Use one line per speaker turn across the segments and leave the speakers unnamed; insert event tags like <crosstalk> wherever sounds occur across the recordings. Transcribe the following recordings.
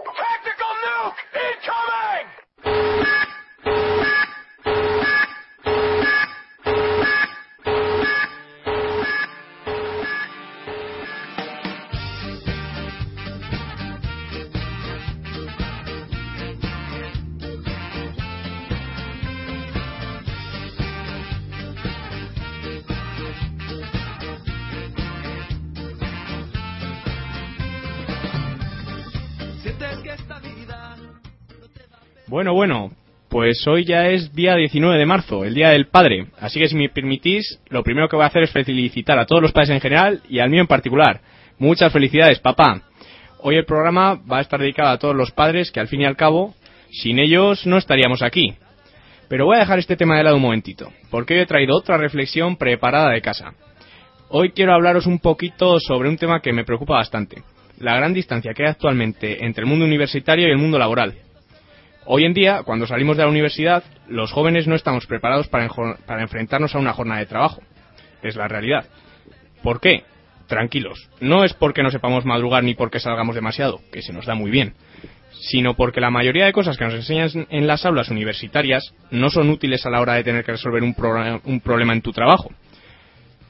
Tactical nuke incoming!
Bueno, bueno, pues hoy ya es día 19 de marzo, el Día del Padre. Así que si me permitís, lo primero que voy a hacer es felicitar a todos los padres en general y al mío en particular. Muchas felicidades, papá. Hoy el programa va a estar dedicado a todos los padres que al fin y al cabo, sin ellos no estaríamos aquí. Pero voy a dejar este tema de lado un momentito, porque hoy he traído otra reflexión preparada de casa. Hoy quiero hablaros un poquito sobre un tema que me preocupa bastante, la gran distancia que hay actualmente entre el mundo universitario y el mundo laboral. Hoy en día, cuando salimos de la universidad, los jóvenes no estamos preparados para, enjo- para enfrentarnos a una jornada de trabajo. Es la realidad. ¿Por qué? Tranquilos. No es porque no sepamos madrugar ni porque salgamos demasiado, que se nos da muy bien, sino porque la mayoría de cosas que nos enseñan en las aulas universitarias no son útiles a la hora de tener que resolver un, pro- un problema en tu trabajo.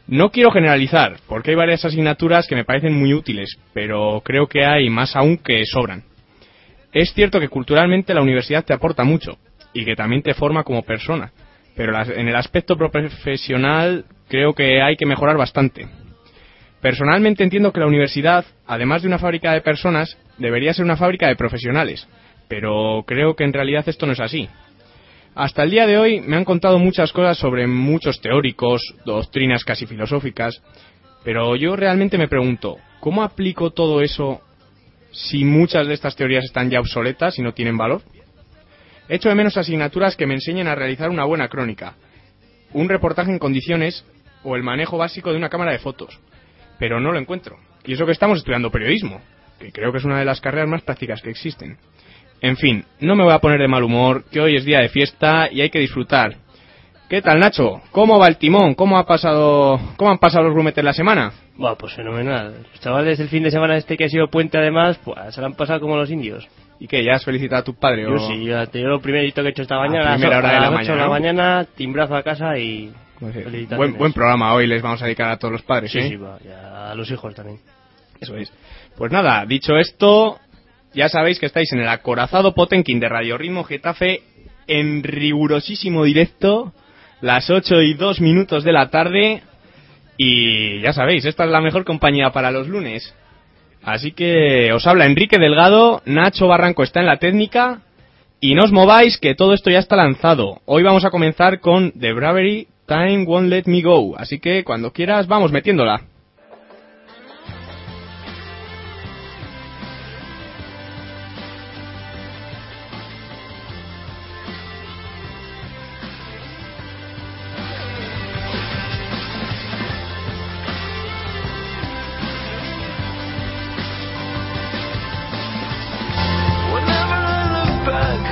No quiero generalizar, porque hay varias asignaturas que me parecen muy útiles, pero creo que hay más aún que sobran. Es cierto que culturalmente la universidad te aporta mucho y que también te forma como persona, pero las- en el aspecto pro- profesional creo que hay que mejorar bastante. Personalmente entiendo que la universidad, además de una fábrica de personas, debería ser una fábrica de profesionales, pero creo que en realidad esto no es así. Hasta el día de hoy me han contado muchas cosas sobre muchos teóricos, doctrinas casi filosóficas, pero yo realmente me pregunto, ¿cómo aplico todo eso si muchas de estas teorías están ya obsoletas y no tienen valor? Echo de menos asignaturas que me enseñen a realizar una buena crónica, un reportaje en condiciones o el manejo básico de una cámara de fotos, pero no lo encuentro. Y eso que estamos estudiando periodismo, que creo que es una de las carreras más prácticas que existen. En fin, no me voy a poner de mal humor, que hoy es día de fiesta y hay que disfrutar. ¿Qué tal, Nacho? ¿Cómo va el timón? ¿Cómo ha pasado, cómo han pasado los grumetes la semana?
Buah, pues fenomenal. Los chavales del fin de semana este que ha sido puente además, pues se lo han pasado como los indios.
¿Y qué? ¿Ya has felicitado a tu padre?
Yo
o-
sí, yo, yo lo primerito que he hecho esta
oh.
mañana,
A
a las
primera
ocho-
hora de
a
la
las ocho de la
mañana,
mañana, timbrazo a casa y
No sé.
felicitaciones.
Buen, buen programa hoy les vamos a dedicar a todos los padres,
Sí,
¿eh?
sí, va, y a los hijos también.
Eso es. Pues nada, dicho esto, ya sabéis que estáis en el acorazado Potenkin de Radio Ritmo Getafe en rigurosísimo directo, las 8 y 2 minutos de la tarde. Y ya sabéis, esta es la mejor compañía para los lunes. Así que os habla Enrique Delgado, Nacho Barranco está en la técnica. Y no os mováis, que todo esto ya está lanzado. Hoy vamos a comenzar con The Bravery Time Won't Let Me Go. Así que cuando quieras, vamos metiéndola.
Whenever I look back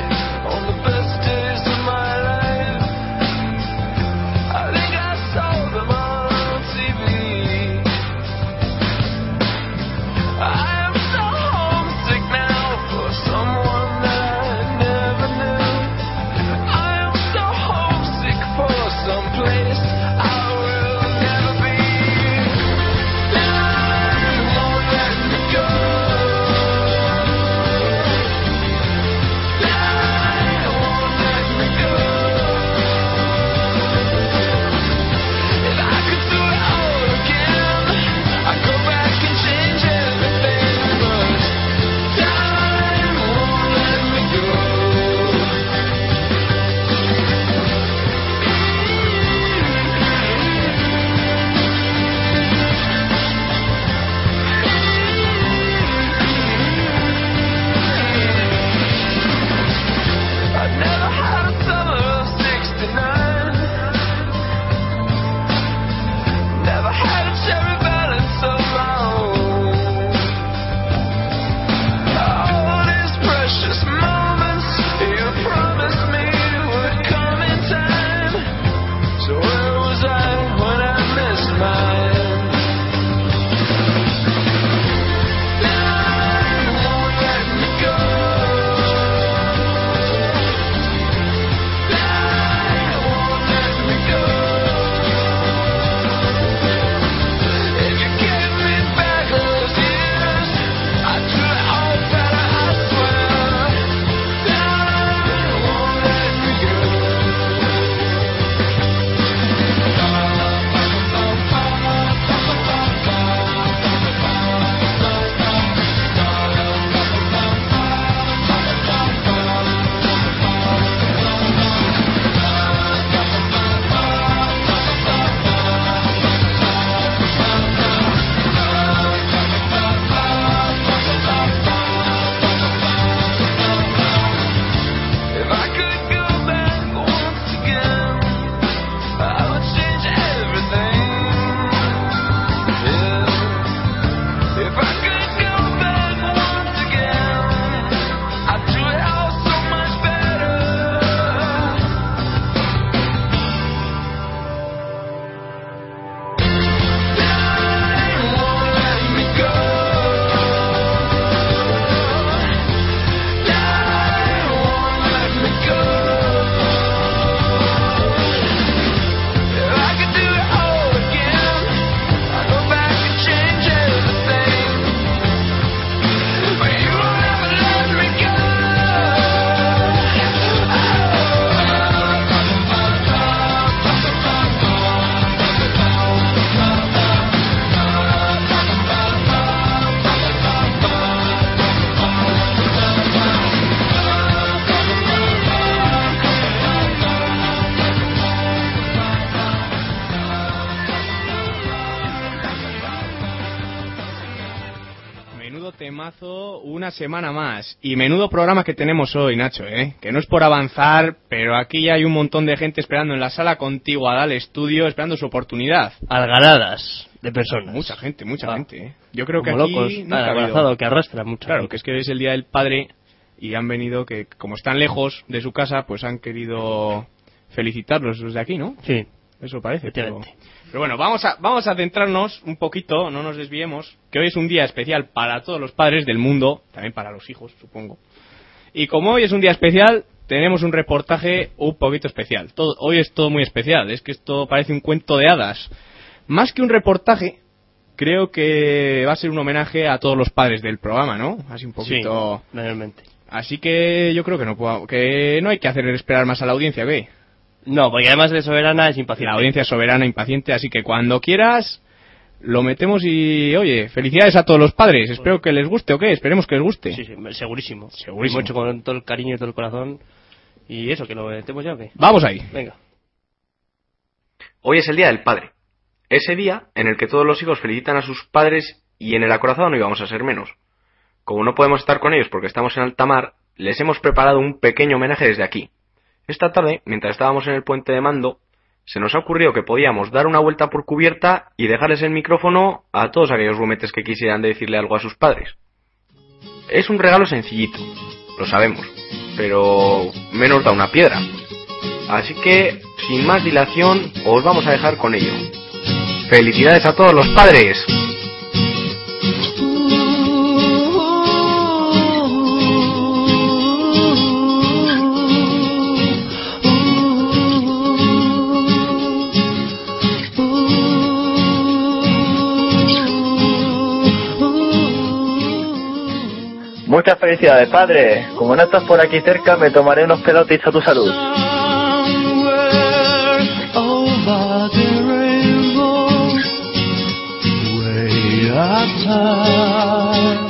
on the best days of my life, I think I saw them all on TV.
Menudo temazo, una semana más. Y menudo programa que tenemos hoy, Nacho, ¿eh? Que no es por avanzar, pero aquí ya hay un montón de gente esperando en la sala contigua al estudio, esperando su oportunidad.
Algaradas de personas.
Mucha gente, mucha
Ah.
gente, ¿eh? Yo creo que
Como
aquí
locos,
nunca ha
nada,
habido-
abrazado, que arrastra mucho.
Claro, que es que es el Día del Padre y han venido que, como están lejos de su casa, pues han querido felicitarlos desde aquí, ¿no?
Sí.
Eso parece. Pero,
Efectivamente.
pero bueno, vamos a, vamos a centrarnos un poquito, no nos desviemos, que hoy es un día especial para todos los padres del mundo, también para los hijos, supongo. Y como hoy es un día especial, tenemos un reportaje un poquito especial. Todo, hoy es todo muy especial, es que esto parece un cuento de hadas. Más que un reportaje, creo que va a ser un homenaje a todos los padres del programa, ¿no? Así un poquito.
Sí, realmente.
Así que yo creo que no puedo- que no hay que hacer esperar más a la audiencia, ¿ve?
No, porque además de soberana es impaciente.
La audiencia es soberana, impaciente, así que cuando quieras lo metemos y, oye, felicidades a todos los padres. Espero que les guste o qué, esperemos que les guste.
Pues Sí, sí, segurísimo.
Segurísimo.
Lo hemos hecho con todo el cariño y todo el corazón. Y eso, que lo metemos ya o qué.
Vamos ahí.
Venga.
Hoy es el Día del Padre. Ese día en el que todos los hijos felicitan a sus padres y en el acorazado no íbamos a ser menos. Como no podemos estar con ellos porque estamos en alta mar, les hemos preparado un pequeño homenaje desde aquí. Esta tarde, mientras estábamos en el puente de mando, se nos ha ocurrido que podíamos dar una vuelta por cubierta y dejarles el micrófono a todos aquellos gometes que quisieran decirle algo a sus padres. Es un regalo sencillito, lo sabemos, pero menos da una piedra. Así que, sin más dilación, os vamos a dejar con ello. ¡Felicidades a todos los padres!
Muchas felicidades, padre. Como no estás por aquí cerca, me tomaré unos pelotes a tu salud.
Somewhere over the rainbow, way up high,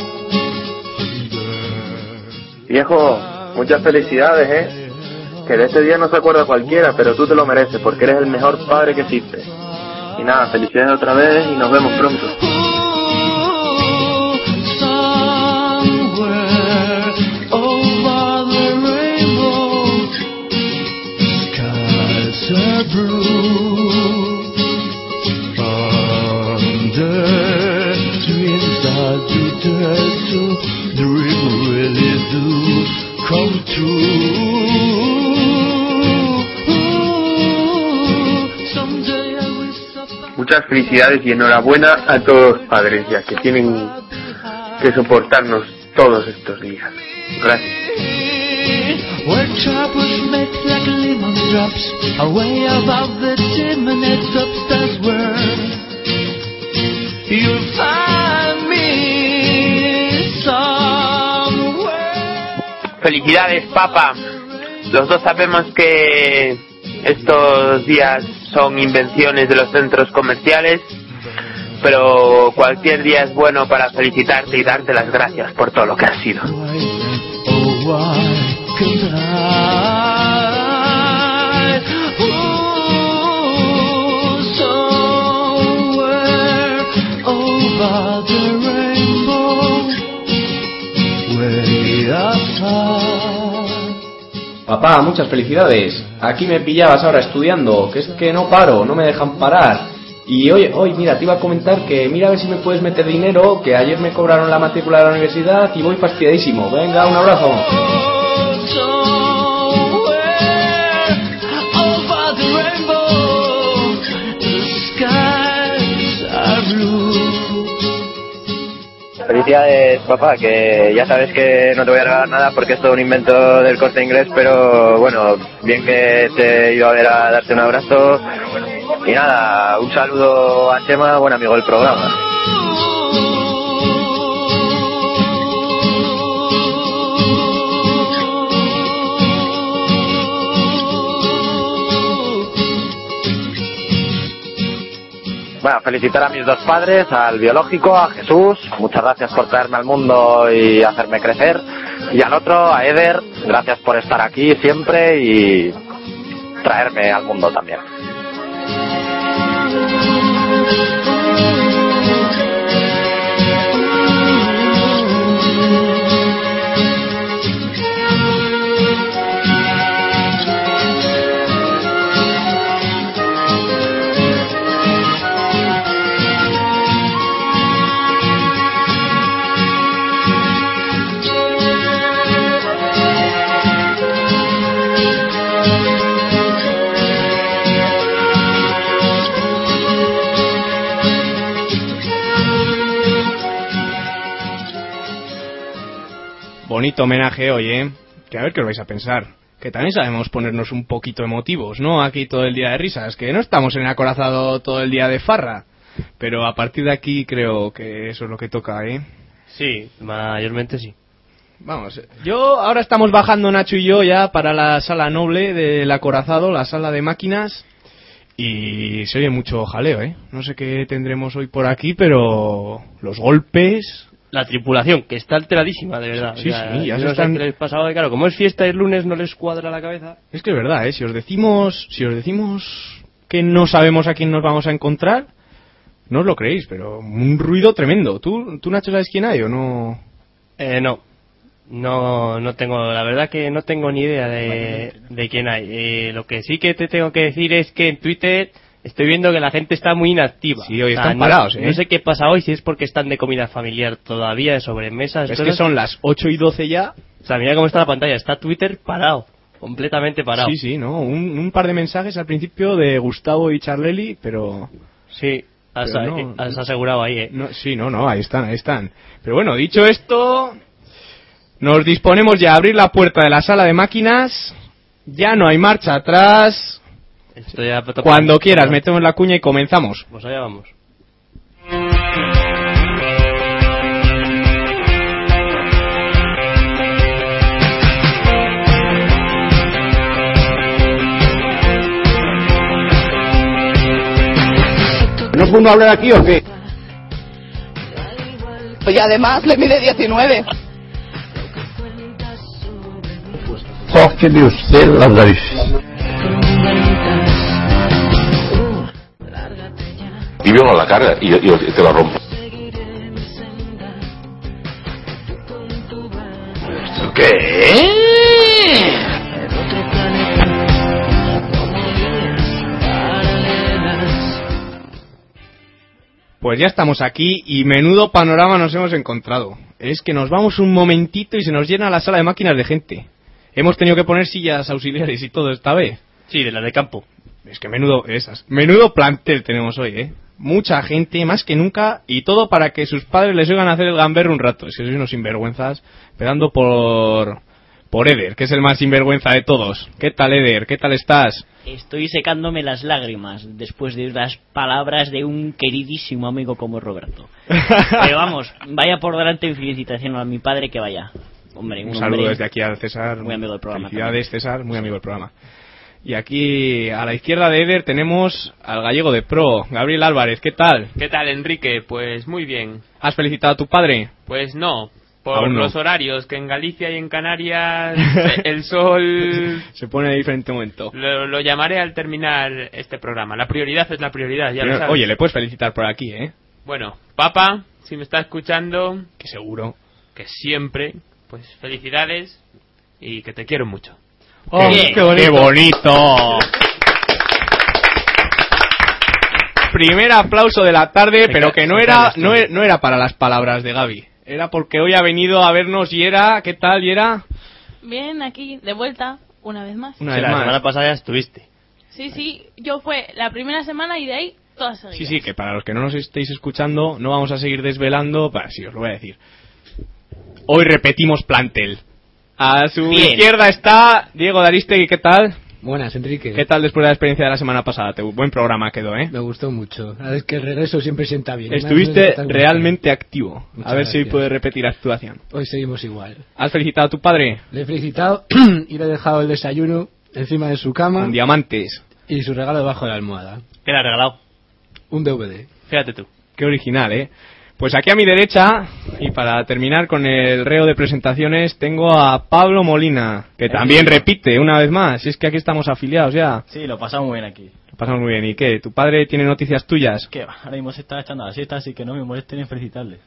there's
Viejo, muchas felicidades, ¿eh? Que de este día no se acuerda cualquiera, pero tú te lo mereces porque eres el mejor padre que existe. Y nada, felicidades otra vez y nos vemos pronto.
Oh, somewhere over the rainbow, skies are blue. Under dreams that you dare to dream really do come true. Someday I will suffer.
Muchas felicidades y enhorabuena a todos los padres ya que tienen que soportarnos todos estos días. Gracias.
Where troubles melt like lemon drops, away above the chimney tops, that's where you'll find me somewhere.
Felicidades, papa. Los dos sabemos que estos días son invenciones de los centros comerciales, pero cualquier día es bueno para felicitarte y darte las gracias por todo lo que has sido.
Why, oh why can't I? Oh, somewhere over the rainbow, way up high.
Papá, muchas felicidades. Aquí me pillabas ahora estudiando, que es que no paro, no me dejan parar. Y hoy, hoy, mira, te iba a comentar que mira a ver si me puedes meter dinero, que ayer me cobraron la matrícula de la universidad y voy fastidiadísimo. Venga, un abrazo.
Oh, somewhere over the rainbow, the skies are blue.
Felicidades, papá, que ya sabes que no te voy a regalar nada porque es todo un invento del corte inglés, pero bueno, bien que te iba a ver a darte un abrazo. Y nada, un saludo a Chema, buen amigo del programa. Bueno, felicitar a mis dos padres, al biológico, a Jesús, muchas gracias por traerme al mundo y hacerme crecer, y al otro, a Eder, gracias por estar aquí siempre y traerme al mundo también.
Oh,
Bonito homenaje hoy, ¿eh? Que a ver qué os vais a pensar. Que también sabemos ponernos un poquito emotivos, ¿no? Aquí todo el día de risas, que no estamos en el acorazado todo el día de farra. Pero a partir de aquí creo que eso es lo que toca, ¿eh?
Sí, mayormente sí.
Vamos, eh. yo ahora estamos bajando Nacho y yo ya para la sala noble del acorazado, la sala de máquinas. Y se oye mucho jaleo, ¿eh? No sé qué tendremos hoy por aquí, pero los golpes,
La tripulación, que está alteradísima, de verdad.
Sí,
O sea,
sí, ya
yo
se
no sé
están-
qué les pasa hoy. Claro, como es fiesta y es lunes, no les cuadra la cabeza.
Es que es verdad, ¿eh? Si os decimos, si os decimos que no sabemos a quién nos vamos a encontrar, no os lo creéis, pero un ruido tremendo. ¿Tú, tú Nacho, sabes quién hay o no?
Eh, no. No, no tengo, la verdad que no tengo ni idea de, de quién hay. Eh, lo que sí que te tengo que decir es que en Twitter estoy viendo que la gente está muy inactiva.
Sí, hoy están
no-
parados, ¿eh?
No sé qué pasa hoy, si es porque están de comida familiar todavía, de sobremesas.
Es que
cosas.
son las 8 y 12 ya.
O sea, mira cómo está la pantalla, está Twitter parado, completamente parado.
Sí, sí, ¿no? Un, un par de mensajes al principio de Gustavo y Charleli, pero...
Sí, has,
Pero no,
has asegurado ahí, eh.
No, sí, no, no, ahí están, ahí están. Pero bueno, dicho esto, nos disponemos ya a abrir la puerta de la sala de máquinas. Ya no hay marcha atrás.
Esto ya toca-
Cuando quieras, metemos la cuña y comenzamos.
Pues allá vamos.
¿No os pongo a hablar aquí o qué?
Y además le mide 19.
Cógeme usted las narices.
Vive uno la carga y, y te la rompo.
Pues ya estamos aquí y menudo panorama nos hemos encontrado. Es que nos vamos un momentito y se nos llena la sala de máquinas de gente. Hemos tenido que poner sillas auxiliares y todo esta vez.
Sí, de la de campo.
Es que menudo esas. Menudo plantel tenemos hoy, ¿eh? Mucha gente, más que nunca, y todo para que sus padres les oigan hacer el gamberro un rato. Es que sois unos sinvergüenzas, pegando por... por Eder, que es el más sinvergüenza de todos. ¿Qué tal, Eder? ¿Qué tal estás?
Estoy secándome las lágrimas después de las palabras de un queridísimo amigo como
<laughs>
Roberto. Pero vamos, vaya por delante mi felicitación a mi padre que vaya. Hombre,
Un
un
saludo
hombre-
desde aquí al César.
muy amigo del programa
Felicidades, César, muy amigo del programa. Y aquí a la izquierda de Eder tenemos al gallego de Pro, Gabriel Álvarez. ¿Qué tal?
¿Qué tal, Enrique? Pues muy bien.
¿Has felicitado a tu
<laughs>
padre?
Pues no, por
Aún no.
los horarios, que en Galicia y en Canarias
<laughs>
eh, el sol
Se pone de diferente momento.
lo, lo llamaré al terminar este programa. La prioridad es la prioridad, ya lo
Primero-
sabes.
Oye, le puedes felicitar por aquí, ¿eh?
Bueno, papá, si me está escuchando,
Que seguro.
que siempre, pues felicidades y que te quiero mucho.
Oh,
Bien.
¡Qué bonito! Primer aplauso de la tarde,
Me
pero
ca-
que no
me
era,
cagas, tío.
no, e- no era para las palabras de Gaby. Era porque hoy ha venido a vernos y era... ¿Qué tal, y era?
Bien, aquí, de vuelta, una vez más.
Una
Sí,
vez
la
más.
semana pasada ya estuviste.
Sí, sí, yo fue la primera semana y de ahí todas seguidas.
Sí, sí, que para los que no nos estéis escuchando, no vamos a seguir desvelando, para sí, os lo voy a decir. Hoy repetimos plantel. A su
Bien.
izquierda está Diego Daristegui, ¿qué tal?
Buenas, Enrique.
¿Qué tal después de la experiencia de la semana pasada? Te- buen programa quedó, ¿eh?
Me gustó mucho. La verdad Es que el regreso siempre sienta bien.
Estuviste
Una vez
realmente activo.
Muchas
A ver si hoy
gracias.
puedes repetir actuación.
Hoy seguimos igual.
¿Has felicitado a tu padre?
Le
<clears throat>
he felicitado y le he dejado el desayuno encima de su cama
Con diamantes.
y su regalo debajo de la almohada.
¿Qué le has regalado?
Un DVD.
Fíjate tú.
Qué original, ¿eh? Pues aquí a mi derecha, y para terminar con el reo de presentaciones, tengo a Pablo Molina, que también repite una vez más. Si es que aquí estamos afiliados ya.
Sí, lo pasamos bien aquí.
Lo pasamos muy bien. ¿Y qué? ¿Tu padre tiene noticias tuyas?
Que ahora mismo se está echando la siesta, así que no me molesten en felicitarle.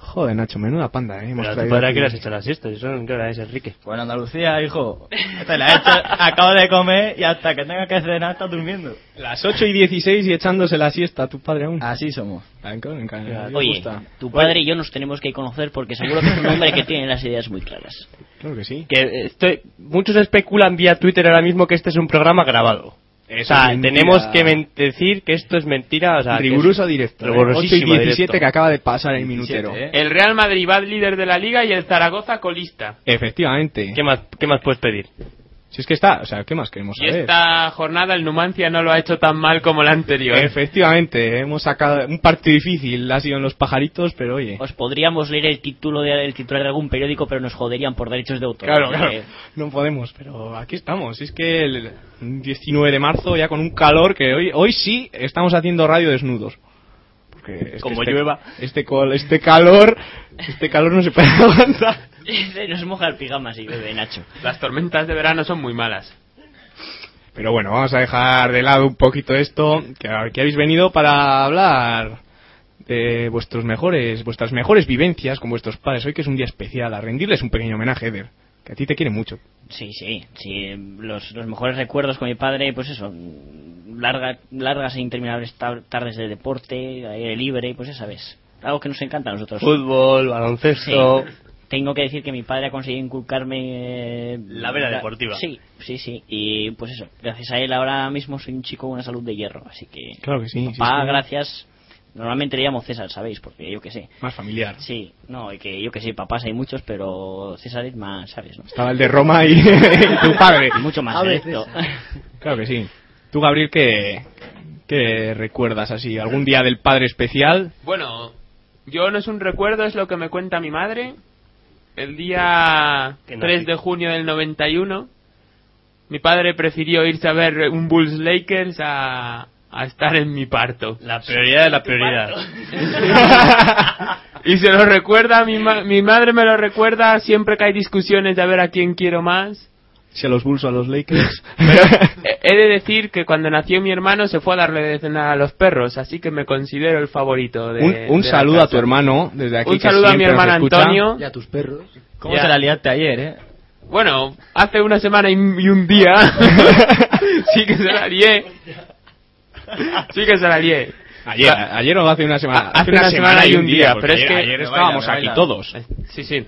Joder, Nacho, menuda panda, ¿eh? Hemos
Pero a tu
traído
padre
aquí-
que le has hecho la siesta, eso no creo que es Enrique.
Bueno, Andalucía, hijo, te la he hecho, acabo de comer y hasta que tenga que cenar estás durmiendo.
Las 8 y 16 y echándose la siesta a tu padre aún.
Así somos.
Ancón, en Canarias, me
Oye,
gusta.
tu padre y yo nos tenemos que conocer porque seguro que es un hombre que tiene las ideas muy claras.
Claro que sí.
Que eh, estoy, muchos especulan vía Twitter ahora mismo que este es un programa grabado. O
Eso
sea,
es mentira.
tenemos que men- decir que esto es mentira. O sea, que es
Riguroso directo. ¿eh? 8 y
rigurosísimo
17
directo. ¿eh?
que acaba de pasar el minutero.
El Real Madrid va líder de la liga y el Zaragoza colista.
Efectivamente. ¿Qué
más, ¿Qué más puedes pedir?
Si es que está, o sea, ¿qué más queremos
Y
saber?
esta jornada el Numancia no lo ha hecho tan mal como la anterior. <laughs>
Efectivamente, hemos sacado un partido difícil, ha sido en los pajaritos, pero oye.
Os podríamos leer el título de, el titular de algún periódico, pero nos joderían por derechos de autor.
Claro, claro.
Eh,
No podemos, pero aquí estamos. Es que el 19 de marzo ya con un calor que hoy hoy sí estamos haciendo radio desnudos. Porque es que
Como
este-
llueva.
Este col- este calor, este calor no se puede <laughs> aguantar.
<laughs> se nos moja el pijama si bebe Nacho.
Las tormentas de verano son muy malas.
Pero bueno, vamos a dejar de lado un poquito esto, que aquí habéis venido para hablar de vuestros mejores, vuestras mejores vivencias con vuestros padres hoy que es un día especial, a rendirles un pequeño homenaje, Eder, que a ti te quiere mucho.
Sí, sí, sí. Los, los mejores recuerdos con mi padre, pues eso, larga, largas e interminables tar- tardes de deporte, aire libre, pues ya sabes. Algo que nos encanta a nosotros.
Fútbol,
Sí.
baloncesto.
Tengo que decir que mi padre ha conseguido inculcarme... eh,
La vena deportiva.
Sí, sí, sí. Y pues eso, gracias a él ahora mismo soy un chico con una salud de hierro, así que...
Claro que sí. sí,
Papá,
sí.
gracias. Normalmente le llamo César, ¿sabéis? Porque yo que sé.
Más familiar.
Sí, no, y que yo que sé, papás hay muchos, pero César es más, ¿sabes? no?
Estaba el de Roma y, y <laughs> tu padre.
<laughs> Mucho más ¿eh?
A ver,
directo.
Claro que sí. Tú, Gabriel, ¿qué, qué recuerdas así? ¿Algún día del padre especial?
Bueno, yo no es un recuerdo, es lo que me cuenta mi madre. El día
Que nací.
3 de junio del 91, mi padre prefirió irse a ver un Bulls Lakers a, a estar en mi parto.
La prioridad de la prioridad.
<laughs> y se lo recuerda, mi, ma- mi madre me lo recuerda siempre que hay discusiones de a ver a quién quiero
<laughs>
más.
Si a los Bulls o a los <laughs> Lakers.
Eh, He de decir que cuando nació mi hermano se fue a darle de cenar a los perros, así que me considero el favorito de
un un
de la
saludo a tu
casa.
hermano desde aquí.
Un
que
saludo a mi
siempre nos
hermano
escucha.
Antonio.
Y a tus perros.
¿Cómo te la
liaste ayer, eh?
Bueno, hace una semana y y un día. sí que se la lié. Sí que se la lié. Ah,
Ayer, ayer o hace una semana.
Hace una semana y un día,
porque
pero es
ayer-
que.
ayer estábamos aquí todos.
Sí, sí. Eh,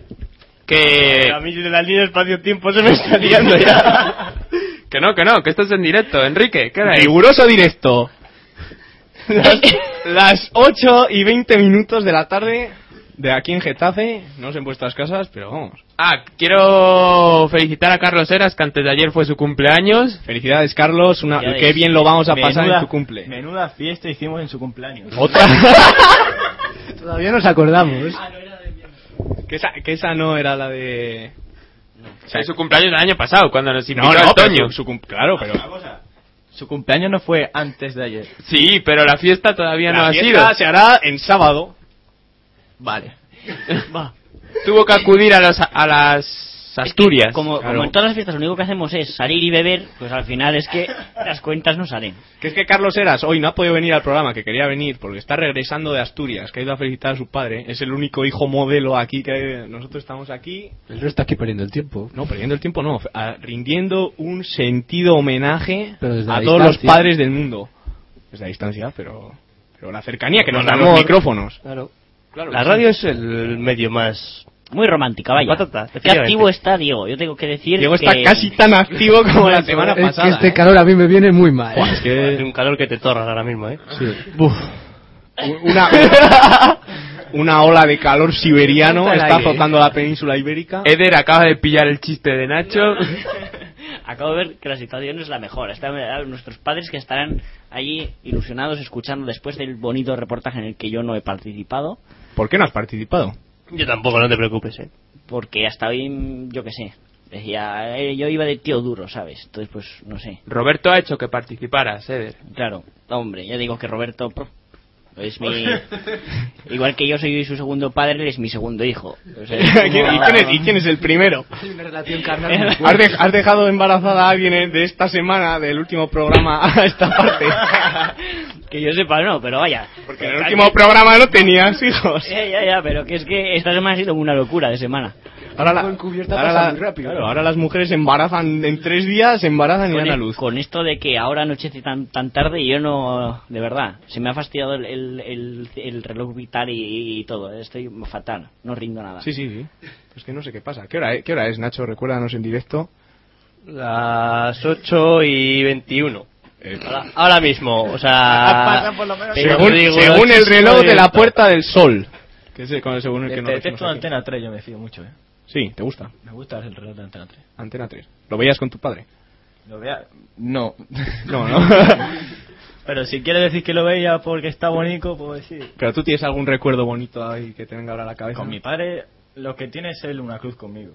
Que.
A mí de la línea espacio-tiempo se me
<laughs>
está liando ya.
Que no, que no, que esto es en directo, Enrique. ¿qué hora es?
Riguroso directo.
<laughs>
Las, las 8 y 20 minutos de la tarde de aquí en Getafe. No sé en vuestras casas, pero vamos.
Ah, quiero felicitar a Carlos Heras, que antes de ayer fue su cumpleaños.
Felicidades, Carlos. Una,
Felicidades.
qué bien lo vamos a pasar
Menuda-
en tu cumple.
Menuda fiesta hicimos en su cumpleaños.
Otra.
Todavía nos acordamos.
<laughs> que, esa, que esa no era la de.
Es su cumpleaños del año pasado, cuando nos invitó
No, no, pero
Antonio.
su- su cum- claro, pero.
Su cumpleaños no fue antes de ayer.
Sí, pero la fiesta todavía no
La
ha
fiesta
sido.
se hará en sábado.
Vale.
<laughs>
Tuvo que acudir a, los, a las Asturias.
Como,
Claro.
como en todas las fiestas lo único que hacemos es salir y beber, pues al final es que las cuentas no salen.
Que es que Carlos Heras hoy no ha podido venir al programa, que quería venir, porque está regresando de Asturias, que ha ido a felicitar a su padre. Es el único hijo modelo aquí que nosotros estamos aquí.
Él no está aquí perdiendo el tiempo.
No, perdiendo el tiempo no, a- rindiendo un sentido homenaje
Pero desde
a
la
todos los
distancia.
padres del mundo. Desde la distancia, pero, pero la cercanía que nos
Con
dan los
amor.
micrófonos.
Claro.
Claro
la
que
radio es el medio más.
Muy romántica, vaya.
Patata,
Qué
efectivamente.
activo está Diego, yo tengo que decir
Diego está
que-
casi tan activo como la semana
Es que
pasada.
este
¿eh?
calor a mí me viene muy mal. ¿eh?
Buah, es que hace un calor que te torras ahora mismo, eh.
Buf.
Una,
<laughs>
una ola de calor siberiano
Está al
está
aire. ¿eh?
azotando la península ibérica.
Eder acaba de pillar el chiste de
<laughs>
Nacho.
Acabo de ver que la situación es la mejor. Están eh, nuestros padres que estarán allí ilusionados escuchando después del bonito reportaje en el que yo no he participado,
¿Por qué no has participado?
Yo tampoco, no te preocupes, eh.
porque hasta hoy, mm, yo qué sé, decía, eh, yo iba de tío duro, ¿sabes? Entonces, pues, no sé.
Roberto ha hecho que participaras,
¿eh?
Eder.
Claro, hombre, ya digo que Roberto pro, es mi... <laughs> Igual que yo soy su segundo padre, él es mi segundo hijo.
<laughs>
O sea, es
¿Y, quién
como-
es, y quién es el
<laughs>
primero?
Hay una relación carnal muy
¿Has,
fuerte.
de- has dejado embarazada a alguien eh, de esta semana, del último programa <laughs> a esta parte?
<laughs> Que yo sepa, no, pero vaya.
Porque en el último programa no tenías hijos.
<laughs> Ya, ya, ya, pero que es que esta semana ha sido una locura de semana.
Ahora, la-
Todo encubierto
ahora
pasa
la-
muy rápido.
claro, ahora las mujeres se embarazan en tres días, se embarazan y
Con,
dan a
e-
luz.
con esto de que ahora anochece tan, tan tarde, yo no. De verdad, se me ha fastidiado el, el, el- el reloj vital y, y todo. Estoy fatal, no rindo nada.
Sí, sí, sí. Es que no sé qué pasa. ¿Qué hora, es- qué hora es, Nacho? Recuérdanos en directo.
Las 8 y 21. Ahora, ahora mismo, o
Ah,
sea...
Pasa por lo menos-
pero
Eh. Según,
digo,
según el
chico,
reloj de
digo,
la Puerta del Sol. Que es el- con el- según el que
Te
Este,
nos
detecto
regimos
de
aquí.
Antena 3, yo me fío mucho, ¿eh?
Sí, ¿te gusta?
Me gusta el reloj de Antena 3.
Antena 3. ¿Lo veías con tu padre?
Lo vea... No.
<laughs> No, no.
<laughs> Pero si quieres decir que lo veía porque está bonito, pues sí.
Pero tú tienes algún recuerdo bonito ahí que te venga ahora a la cabeza.
Con mi padre, lo que tiene es él una cruz conmigo.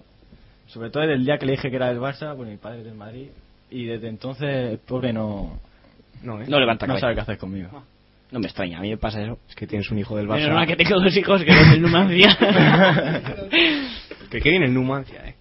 Sobre todo desde el día que le dije que era del Barça, pues mi padre es del Madrid. Y desde entonces, el pobre no.
No, ¿eh?
No levanta
No
cabeza.
sabe qué hacer conmigo.
Ah. No me extraña, a mí me pasa eso.
Es que tienes un hijo del
Menos
Barça.
mal que tengo dos hijos que son del Numancia.
<laughs> Que qué bien el Numancia, eh.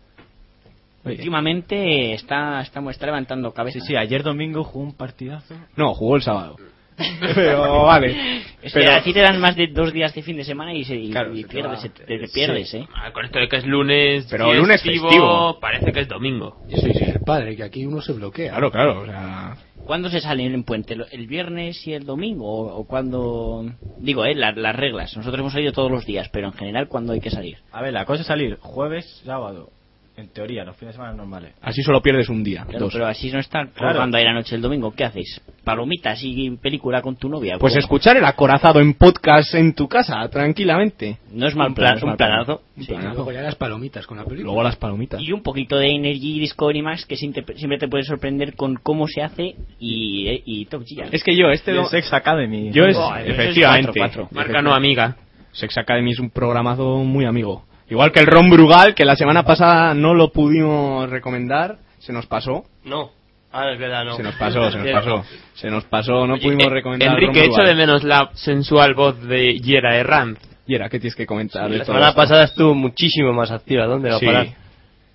Últimamente está, está, está levantando cabeza.
Sí, ayer domingo jugó un partidazo.
No, jugó el sábado. <laughs> Pero vale.
<laughs> Es
Pero-
que a ti te dan más de dos días de fin de semana y, se, y- y
te
pierdes,
va.
se- te, te pierdes,
Ah, Sí.
¿eh?
Ah, con esto de que es lunes,
Pero lunes festivo.
parece que es domingo.
Yo soy el padre, que aquí uno se bloquea.
Claro, claro, o sea...
¿Cuándo se sale en puente? ¿Lo- ¿El viernes y el domingo? ¿O, o cuándo...? Digo, ¿eh? la- las reglas. Nosotros hemos salido todos los días, pero en general, ¿cuándo hay que salir?
A ver, la cosa es salir jueves, sábado. En teoría, los fines de semana normales.
Así solo pierdes un día.
Claro,
dos.
pero así no están
Claro.
cuando hay la noche el domingo. ¿Qué haces? ¿Palomitas y película con tu novia?
Pues
¿Cómo?
escuchar el acorazado en podcast en tu casa, tranquilamente.
No es mal
Un
plan,
plan-
es
un
mal plan.
planazo.
Sí.
Un planazo.
Luego ya las palomitas con la película.
Luego las palomitas.
Y un poquito de Energy Discovery Max que siempre, siempre te puede sorprender con cómo se hace y, eh, y Top Gear.
Es que yo este...
Y el
do-
Sex Academy.
Yo es...
Oh,
efectivamente.
cuatro, cuatro.
Marca no amiga.
Sex Academy es un programazo muy amigo. Igual que el Ron Brugal, que la semana pasada no lo pudimos recomendar, se nos pasó.
No. Ah, es verdad, no.
Se nos pasó, se nos pasó. Se nos pasó, no
Oye,
pudimos
eh,
recomendar al
Enrique,
Ron
echo
Brugal.
de menos la sensual voz de Yera Herranz.
Y era, ¿qué tienes que comentar? de
La
todo
semana
esto? <laughs>
pasada estuvo muchísimo más activa. ¿Dónde va
Sí.
a parar?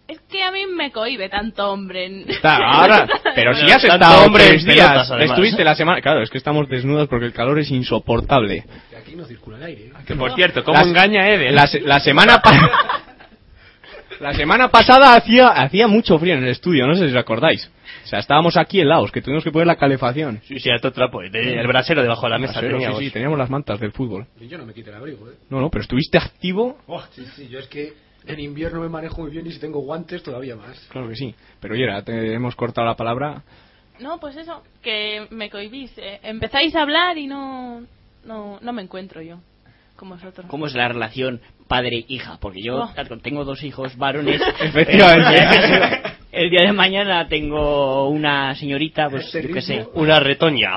Es que a mí me cohibe tanto hombre. en-
Está, ahora, pero si
Bueno,
ya has
tanto
estado
hombre
tres
en pelotas,
días,
además.
estuviste la semana, claro, es que estamos desnudos porque el calor es insoportable.
Que aquí no circula el aire. ¿eh?
Que por cierto, ¿cómo
Las-
engaña a Eder?
La, se- la semana pa- la semana pasada hacía hacía mucho frío en el estudio, no sé si os acordáis. O sea, estábamos aquí helados, que tuvimos que poner la calefacción.
Sí, sí, a todo trapo. El, el brasero debajo de la mesa.
Pero sí,
teníamos.
sí, teníamos las mantas del fútbol.
Y yo no me quité el abrigo, ¿eh?
No, no, pero estuviste activo.
Oh, sí, sí, yo es que en invierno me manejo muy bien y si tengo guantes todavía más.
Claro que sí. Pero ya te hemos cortado la
<laughs>
palabra.
<laughs> No, pues eso, que me cohibís. eh, empezáis a hablar y no, no, no me encuentro yo con vosotros.
¿Cómo es la relación padre-hija? Porque yo
Oh.
claro, tengo dos hijos <laughs> varones.
Efectivamente.
El día de mañana tengo una señorita, pues
Este
yo qué sé.
ritmo.
Una retoña.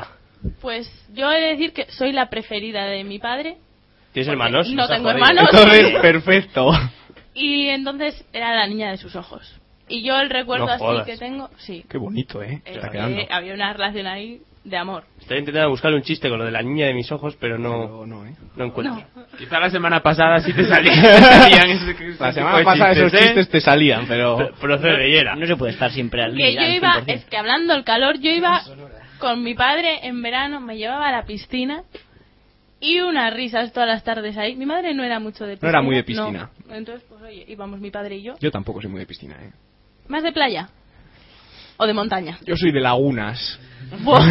Pues yo he de decir que soy la preferida de mi padre
¿Tienes hermanos?
no
Está
tengo
jodido.
hermanos.
Entonces, perfecto.
<laughs>
y entonces era la niña de sus ojos. Y yo el recuerdo
No
así
jodas.
que tengo, sí,
Qué bonito, ¿eh?
eh,
Está
que
quedando.
había una relación ahí de amor.
Estoy intentando buscar un chiste con lo de la niña de mis ojos, pero no,
Pero no, ¿eh?
no encuentro.
Quizá la semana pasada sí te
<laughs>
salían, te salían ese- ese tipo
La semana
de
pasada esos
chistes, ¿eh?
chistes te Este salían, pero...
Pro- Procede, Yera.
No se puede estar siempre al
Que
líder
yo
al
iba,
100%.
es que hablando del calor, yo iba con mi padre en verano, me llevaba a la piscina y unas risas todas las tardes ahí. Mi madre no era mucho de
No
piscina.
era muy de
no. Entonces, pues oye, íbamos mi padre y yo.
Yo tampoco soy muy de piscina, ¿eh?
¿Más de playa? ¿O de
<laughs>
montaña?
Yo soy de lagunas.
Buah.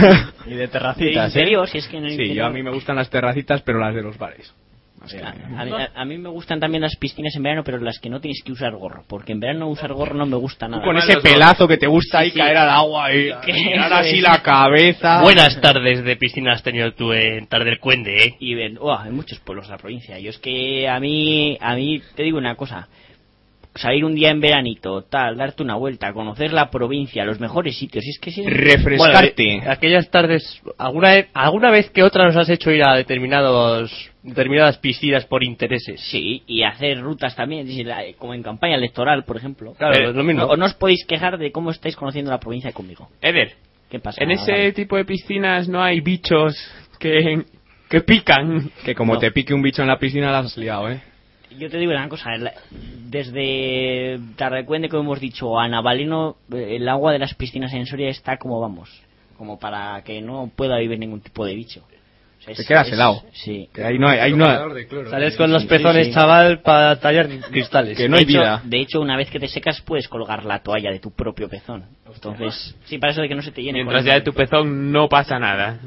Y de
De
terracitas, ¿eh?
interior, si es que en el
Sí, yo
interior-
a mí me gustan las terracitas, pero las de los bares. Más que-
A, a- a mí me gustan también las piscinas en verano, pero las que no tienes que usar gorro. Porque en verano usar gorro no me gusta nada.
Con
Además,
ese
los dos.
pelazo que te gusta ahí
Sí, sí.
caer al agua
<laughs>
y
¿Qué?
girar así la cabeza.
Buenas tardes de piscina has tenido tú en Tarde del Cuende, ¿eh?
y ven, "Uah, hay muchos pueblos de la provincia. Yo es que a mí, a mí te digo una cosa, salir un día en veranito, tal, darte una vuelta, conocer la provincia, los mejores sitios, es que sí.
refrescarte.
Bueno, eh, aquellas tardes, alguna vez, alguna vez que otra nos has hecho ir a determinados, determinadas piscinas por intereses.
Sí, y hacer rutas también, si la- como en campaña electoral, por ejemplo.
Claro,
Eh,
es lo mismo.
No, no os podéis quejar de cómo estáis conociendo la provincia conmigo.
<laughs> Eder,
¿Qué pasa?
en ese
Gaby?
tipo de piscinas no hay bichos que, que pican.
Que como
No.
te pique un bicho en la piscina, la has liado, ¿eh?
Yo te digo una cosa, el- desde Tardecuende, como hemos dicho, a Navalino, eh, el agua de las piscinas en Soria está como vamos, como para que no pueda vivir ningún tipo de bicho. O sea,
Te quedas helado.
Sí.
Que ahí no hay, ahí no
Tocador
hay-
de cloro.
Sales con los pezones,
sí.
chaval, para tallar cristales.
Que no hay
de hecho,
vida.
De hecho, una vez que te secas, puedes colgar la toalla de tu propio pezón. Entonces, sí, para eso de que no se te llene.
Mientras
con el-
ya de tu pezón no pasa nada.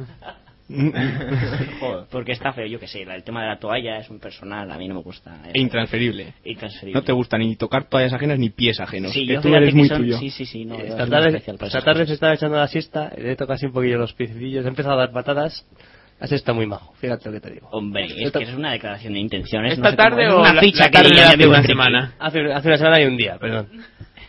<laughs> Joder. Porque está feo, yo que sé, el tema de la toalla es un personal, a mí no me gusta. eh.
E intransferible.
Intransferible.
No te gusta ni tocar toallas ajenas ni pies ajenos.
Sí,
que
yo
tú
fíjate
eres
que
muy
son-
tuyo.
sí, sí, sí, no, yo
Esta
soy
Esta
muy
tarde,
especial para
esta
esas
tarde
cosas.
se estaba echando la siesta, le he tocado así un poquillo los piecillos, he empezado a dar patadas, así está muy majo, fíjate lo que te digo.
Hombre, es que es una declaración de intenciones.
¿Esta
no sé cómo-
tarde
es
o
una
la-
ficha
la
que
tarde
le
de
llame
hace una
Enrique.
semana? Hace, hace una semana y un día, perdón.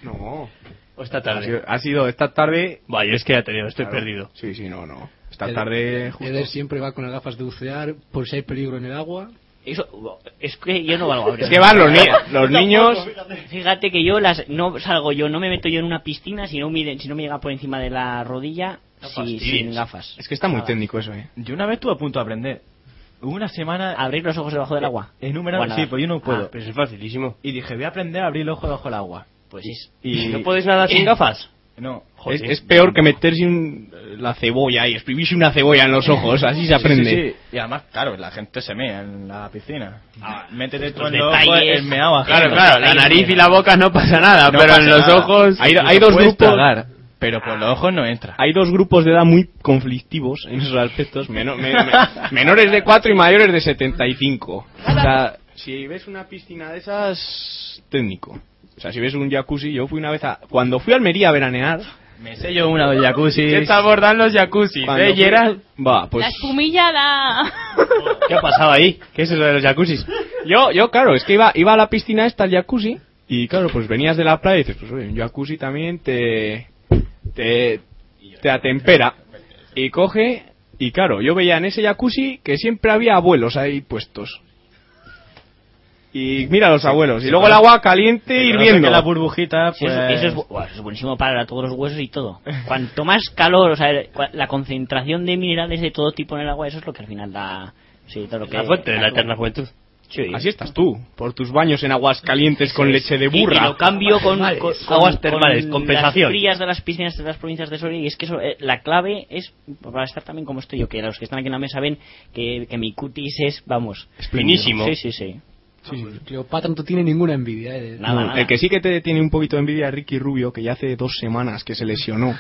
No.
O esta
Ha
tarde.
sido, ha sido esta tarde.
Vaya, es que ya te digo, estoy
Claro.
perdido.
Sí, sí, no, no. Esta
Eder-
tarde. justo-
Eder siempre va con las gafas de bucear por si hay peligro en el agua.
Eso, es que yo no valgo.
Es que van los
<laughs>
ni- los niños-
Fíjate que yo las, no salgo yo, no me meto yo en una piscina si no me, si no me llega por encima de la rodilla si- sin gafas. Ah.
Es que está muy técnico eso, eh.
Yo una vez estuve a punto de aprender. Hubo una semana. eh,
¿Abrir los ojos debajo del agua?
Enumerado,
O a
sí,
nadar.
pues yo no puedo.
Ah,
pero es facilísimo.
Y dije, voy a aprender a abrir el ojo debajo del agua.
Pues es.
Y...
¿No puedes nadar sin gafas?
No,
Es, es peor que meterse un- la cebolla y escribirse una cebolla en
<laughs>
los ojos, así se aprende.
Sí, sí, sí. Y además, claro, la gente se mea en la piscina. Métete tú
los
en los ojos
detalles.
el meao ajeno.
Claro, claro, la
Detalles,
nariz y
mira.
la boca no pasa nada,
No
pero
pasa
en los
nada.
ojos...
Hay, hay dos grupos. pero por los ojos no entra.
Hay dos grupos de edad muy conflictivos en esos aspectos, meno- me- me-
<laughs>
menores de 4 y mayores de 75. O sea, si ves una piscina de esas, técnico. O sea, si ves un jacuzzi, yo fui una vez a... Cuando fui a Almería a veranear...
Me sé yo una de jacuzzi.
¿Qué te abordan los jacuzzis,
Cuando
eh,
fui-
Gerald?
Va, pues...
La espumilla da...
¿Qué ha pasado ahí? ¿Qué es eso de los jacuzzis?
Yo, yo claro, es que iba, iba a la piscina esta, al jacuzzi, y claro, pues venías de la playa y dices, pues oye, un jacuzzi también te, te, te atempera. Y coge, y claro, yo veía en ese jacuzzi que siempre había abuelos ahí puestos. Y mira los abuelos, y luego el agua caliente
Sí, conoce
hirviendo.
que la burbujita,
Sí,
pues...
Eso, eso es, bu- buah, eso es buenísimo para todos los huesos y todo. Cuanto más calor, o sea, cua- la concentración de minerales de todo tipo en el agua, eso es lo que al final da. sí, todo lo que-
La fuente de la eterna
juventud. Sí.
Así estás tú, por tus baños en aguas calientes con leche de
Y-
burra.
Y, lo cambio con,
Termales.
con-
Aguas
con-
termales,
con
compensación.
las frías de las piscinas de las provincias de Soria y es que eso, eh, la clave es pues, para estar también como estoy yo, que los que están aquí en la mesa ven que, que mi cutis es, vamos,
finísimo.
Sí, sí, sí.
Cleopatra no te tiene ninguna envidia. eh, Eder.
No, El que sí que te tiene un poquito de envidia es Ricky Rubio, que ya hace dos semanas que se lesionó.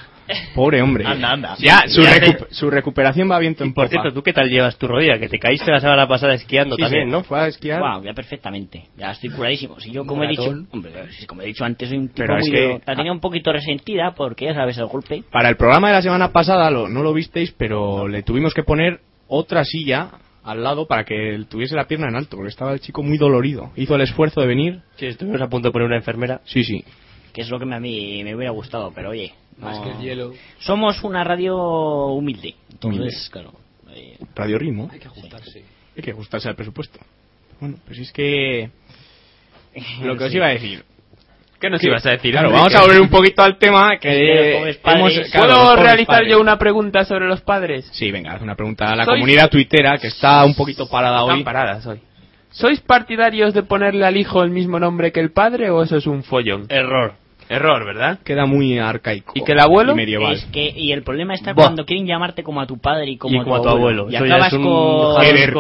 Pobre hombre.
Anda, anda.
Ya, su,
Ya
recu-
te-
su recuperación va viento en
Por
popa.
cierto, ¿tú qué tal llevas tu rodilla? Que te caíste la semana pasada esquiando
Sí,
también,
sí.
¿no?
Fue a esquiar.
Guau, ya perfectamente. Ya estoy curadísimo. Si yo, como he dicho,
Maratón.
hombre, si como he dicho antes, soy un tipo
Pero es
muy
que-
de- la tenía un poquito resentida porque ya sabes el golpe.
Para el programa de la semana pasada, lo- no lo visteis, pero le tuvimos que poner otra silla al lado para que él tuviese la pierna en alto, porque estaba el chico muy dolorido. Hizo el esfuerzo de venir.
Sí, estuvimos a punto de poner una enfermera.
Sí, sí.
que es lo que me- a mí me hubiera gustado, pero oye, no-
Más que el hielo.
somos una radio humilde, entonces,
Humilde.
claro, eh,
Radio Ritmo.
Hay que ajustarse.
Hay que ajustarse
<laughs>
al presupuesto. Bueno, pues es que... Lo que os
Sí.
iba a decir.
¿Qué nos
Sí,
ibas a decir?
Claro,
Enrique?
vamos a volver un poquito
<laughs>
al tema que
Pero pobres
hemos-
padres.
claro, los
¿Puedo
pobres
realizar
padres.
yo una pregunta sobre los padres?
Sí, venga, haz una pregunta a la
Sois-
comunidad tuitera que está un poquito parada
Están
hoy.
paradas hoy. ¿Sois partidarios de ponerle al hijo el mismo nombre que el padre o eso es un follón?
Error.
Error, ¿verdad?
Queda muy arcaico.
¿Y que el abuelo?
Y medieval.
es que y el problema está
Buah.
cuando quieren llamarte como a tu padre y como,
Y como a tu abuelo.
y
Eso ya
acabas
es un
con,
Eder.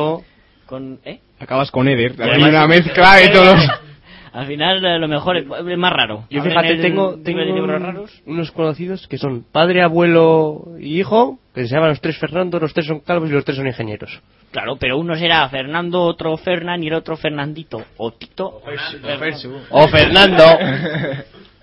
con- ¿eh?
Acabas con Eder. Hay
además-
una mezcla
<laughs>
de todos.
<laughs>
los-
Al final eh, lo mejor es, es más raro.
Yo
Abren
fíjate,
el
tengo,
libro de
tengo
libros
un-
raros.
unos conocidos que son padre, abuelo y hijo, que se llaman los tres Fernando, los tres son calvos y los tres son ingenieros.
Claro, pero uno será Fernando, otro Fernán y el otro Fernandito o Tito.
O Fernando.
<laughs>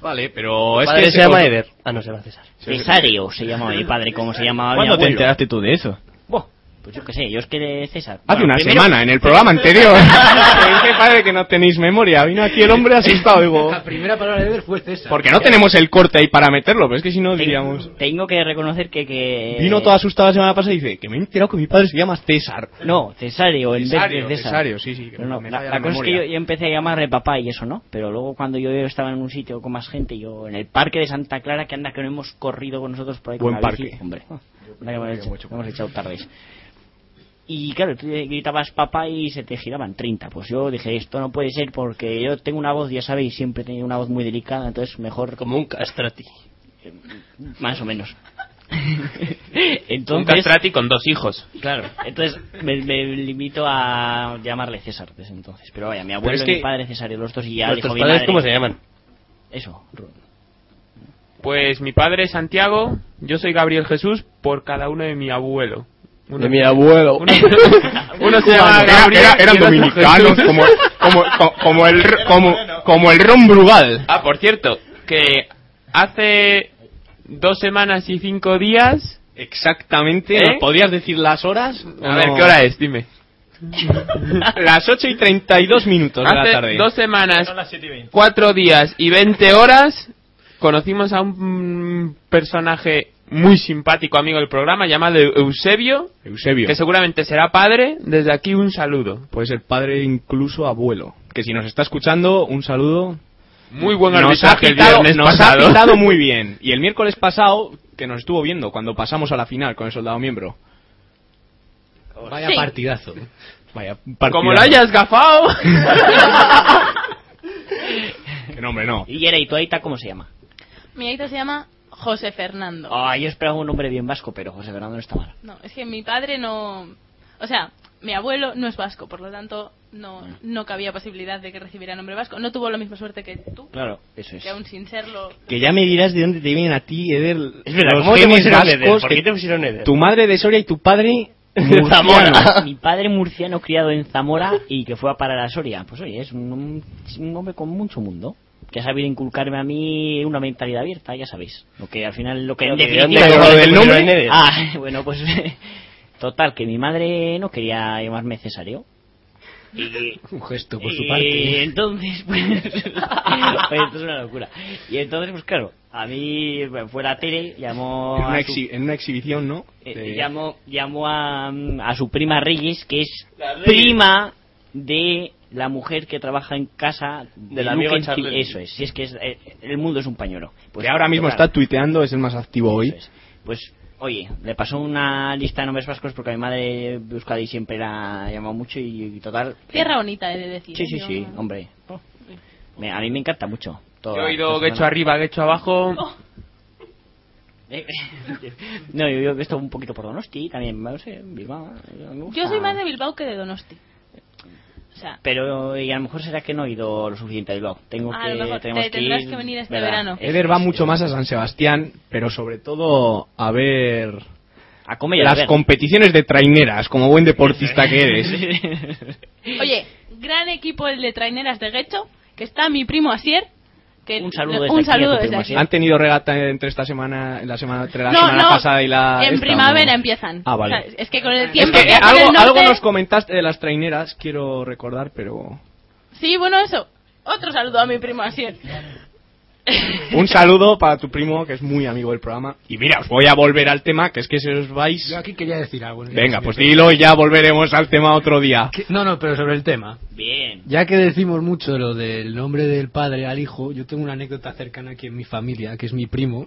Vale, pero es
padre
que
se llama Eder. Ah, no, se llama César.
Cesario se llamaba mi padre, como se llamaba mi
¿Cuándo te
abuelo.
enteraste tú de eso?
Buah, pues yo qué sé, yo es que de César.
Hace
Bueno,
una
primero-
semana, en el
<laughs>
programa anterior. <laughs>
<laughs>
es que parece que no tenéis memoria. Vino aquí el hombre
<laughs>
asustado, digo.
La primera palabra de Eder fue César.
Porque no tenemos el corte ahí para meterlo, pero es que si no diríamos.
Tengo que reconocer que... que...
Vino todo asustado la semana pasada y dice que me he enterado que mi padre se llama César.
No, Cesario, en
Cesario,
vez de César.
Cesario, sí, sí. que
Pero no,
me
la,
falla
la cosa es que
memoria.
yo, yo empecé a llamarle papá y eso, ¿no? Pero luego cuando yo estaba en un sitio con más gente, yo en el parque de Santa Clara, que anda que no hemos corrido con nosotros por ahí
Buen
con la bici,
parque.
hombre, anda que hemos, hecho, hemos echado tardes. Y claro, tú gritabas papá y se te giraban 30. Pues yo dije, esto no puede ser porque yo tengo una voz, ya sabéis, siempre he tenido una voz muy delicada, entonces mejor
Como un castrati.
más o menos.
Un
entonces,
castrati con dos hijos.
Claro, entonces me, me limito a llamarle César desde entonces. Pero vaya, mi abuelo
es
y
que-
mi padre Cesario, los dos y ya dijo
¿Nuestros
mi
padres
madre. <laughs>
cómo se llaman?
Eso, Ru-
Pues mi padre es Santiago, yo soy Gabriel Jesús por cada uno de mi abuelo.
de mi abuelo.
<laughs>
Uno <laughs> se llama
Era-
Gabriel
era- eran
y el otro
dominicanos,
Jesús.
como, como, co- como el,
<laughs>
r- como, como el Ron Brugal.
Ah, por cierto, que hace dos semanas y cinco días.
<laughs> Exactamente.
¿Eh?
¿Nos podrías decir las horas?
A ver, ¿qué hora es? Dime.
<laughs> Las 8 y 32 minutos de la
Hace
tarde.
dos semanas, cuatro días y veinte horas, conocimos a un mm, personaje muy simpático, amigo del programa, eh, llamado Eusebio,
Eusebio.
que seguramente será padre. Desde aquí un saludo.
Puede ser padre incluso abuelo. Que si nos está escuchando, un saludo.
Muy buen
nos ha
arbitraje el
pitado,
viernes
nos ha
pasado. <laughs>
pitado muy bien. Y el miércoles pasado, que nos estuvo viendo cuando pasamos a la final con el soldado miembro.
Vaya
Sí.
partidazo.
¿eh?
Vaya
Como lo hayas gafado.
No, hombre, no.
Y Yere, ¿y tu aita cómo se llama?
<laughs> Mi aita se llama José Fernando.
Ah, yo esperaba un nombre bien vasco, pero José Fernando no está mal.
No, es que mi padre no... O sea, mi abuelo no es vasco, por lo tanto no, no cabía posibilidad de que recibiera nombre vasco. No tuvo la misma suerte que tú,
Claro, eso
que aún sin serlo...
Que ya me dirás de dónde te vienen a ti, Eder. Es
verdad,
los
¿cómo te
genes
pusieron Eder?
vascos
¿Por qué
que-
te pusieron Eder?
Tu madre de Soria y tu
<laughs>
padre murciano.
Mi padre murciano criado en Zamora y que fue a parar a Soria. Pues oye, es un, un hombre con mucho mundo. Que ha sabido inculcarme a mí una mentalidad abierta, ya sabéis. Lo que al final, lo que en
Pero que
definitiva-
¿dónde cojones te pusieron Eder?
Ah, bueno, pues. Total, que mi madre no quería llamarme cesario.
Un gesto por su
Y
parte.
entonces, pues, oye, esto es una locura. Y entonces, pues claro, a mí bueno, fue la tele, llamó
En una,
a su,
exhi- en una exhibición, ¿no?
eh,
De-
llamó, llamó a, mm, a su prima Reyes, que es prima de la mujer que trabaja en casa de
Del amigo
Luke en-
Charlie.
Eso es, si es que es, eh, el mundo es un pañuelo. Pues,
que ahora mismo
claro,
está tuiteando, es el más activo hoy.
Pues, oye, le pasó una lista de nombres vascos porque a mi madre de Euskadi siempre la llamó mucho y, y total...
Tierra bonita, he de decir. ¿eh?
Sí, sí,
Yo
sí,
no-
hombre. Me- a mí me encanta mucho.
Yo
todo.
he oído que hecho arriba, que hecho abajo.
No, yo digo que esto un poquito por Donosti también, no sé, Bilbao, eh, me
<laughs>
gusta.
Yo soy más de Bilbao que de Donosti. O sea,
Pero y a lo mejor será que no he ido lo suficiente a Bilbao. Tengo
A
que,
lo mejor
tenemos
te
que
tendrás
ir,
que venir este
¿verdad?
verano.
Eder va mucho más a San Sebastián, pero sobre todo a ver
a comer y a
las
beber.
competiciones de traineras, como buen deportista que eres.
Oye, gran equipo el de traineras de Guecho, que está mi primo Asier. Que
Un saludo desde
un
aquí a
saludo
tu
desde
primo
aquí.
¿Han tenido regata entre esta semana, en la semana, entre la
No,
semana
no,
pasada y la
En
esta,
primavera
¿no?
empiezan.
Ah, vale.
O sea, es que con el
Es
tiempo
que eh,
que hace
algo,
el norte-
algo nos comentaste de las traineras, quiero recordar, pero...
Sí, bueno, eso. Otro saludo a mi primo Asier.
Un saludo para tu primo, que es muy amigo del programa. Y mira, os voy a volver al tema, que es que se os vais...
Yo aquí quería decir algo. no sé
Venga,
si
pues
me-
dilo y ya volveremos al tema otro día.
Que- No, no, pero sobre el tema.
Bien.
Ya que decimos mucho de lo del nombre del padre al hijo, yo tengo una anécdota cercana aquí en mi familia, que es mi primo,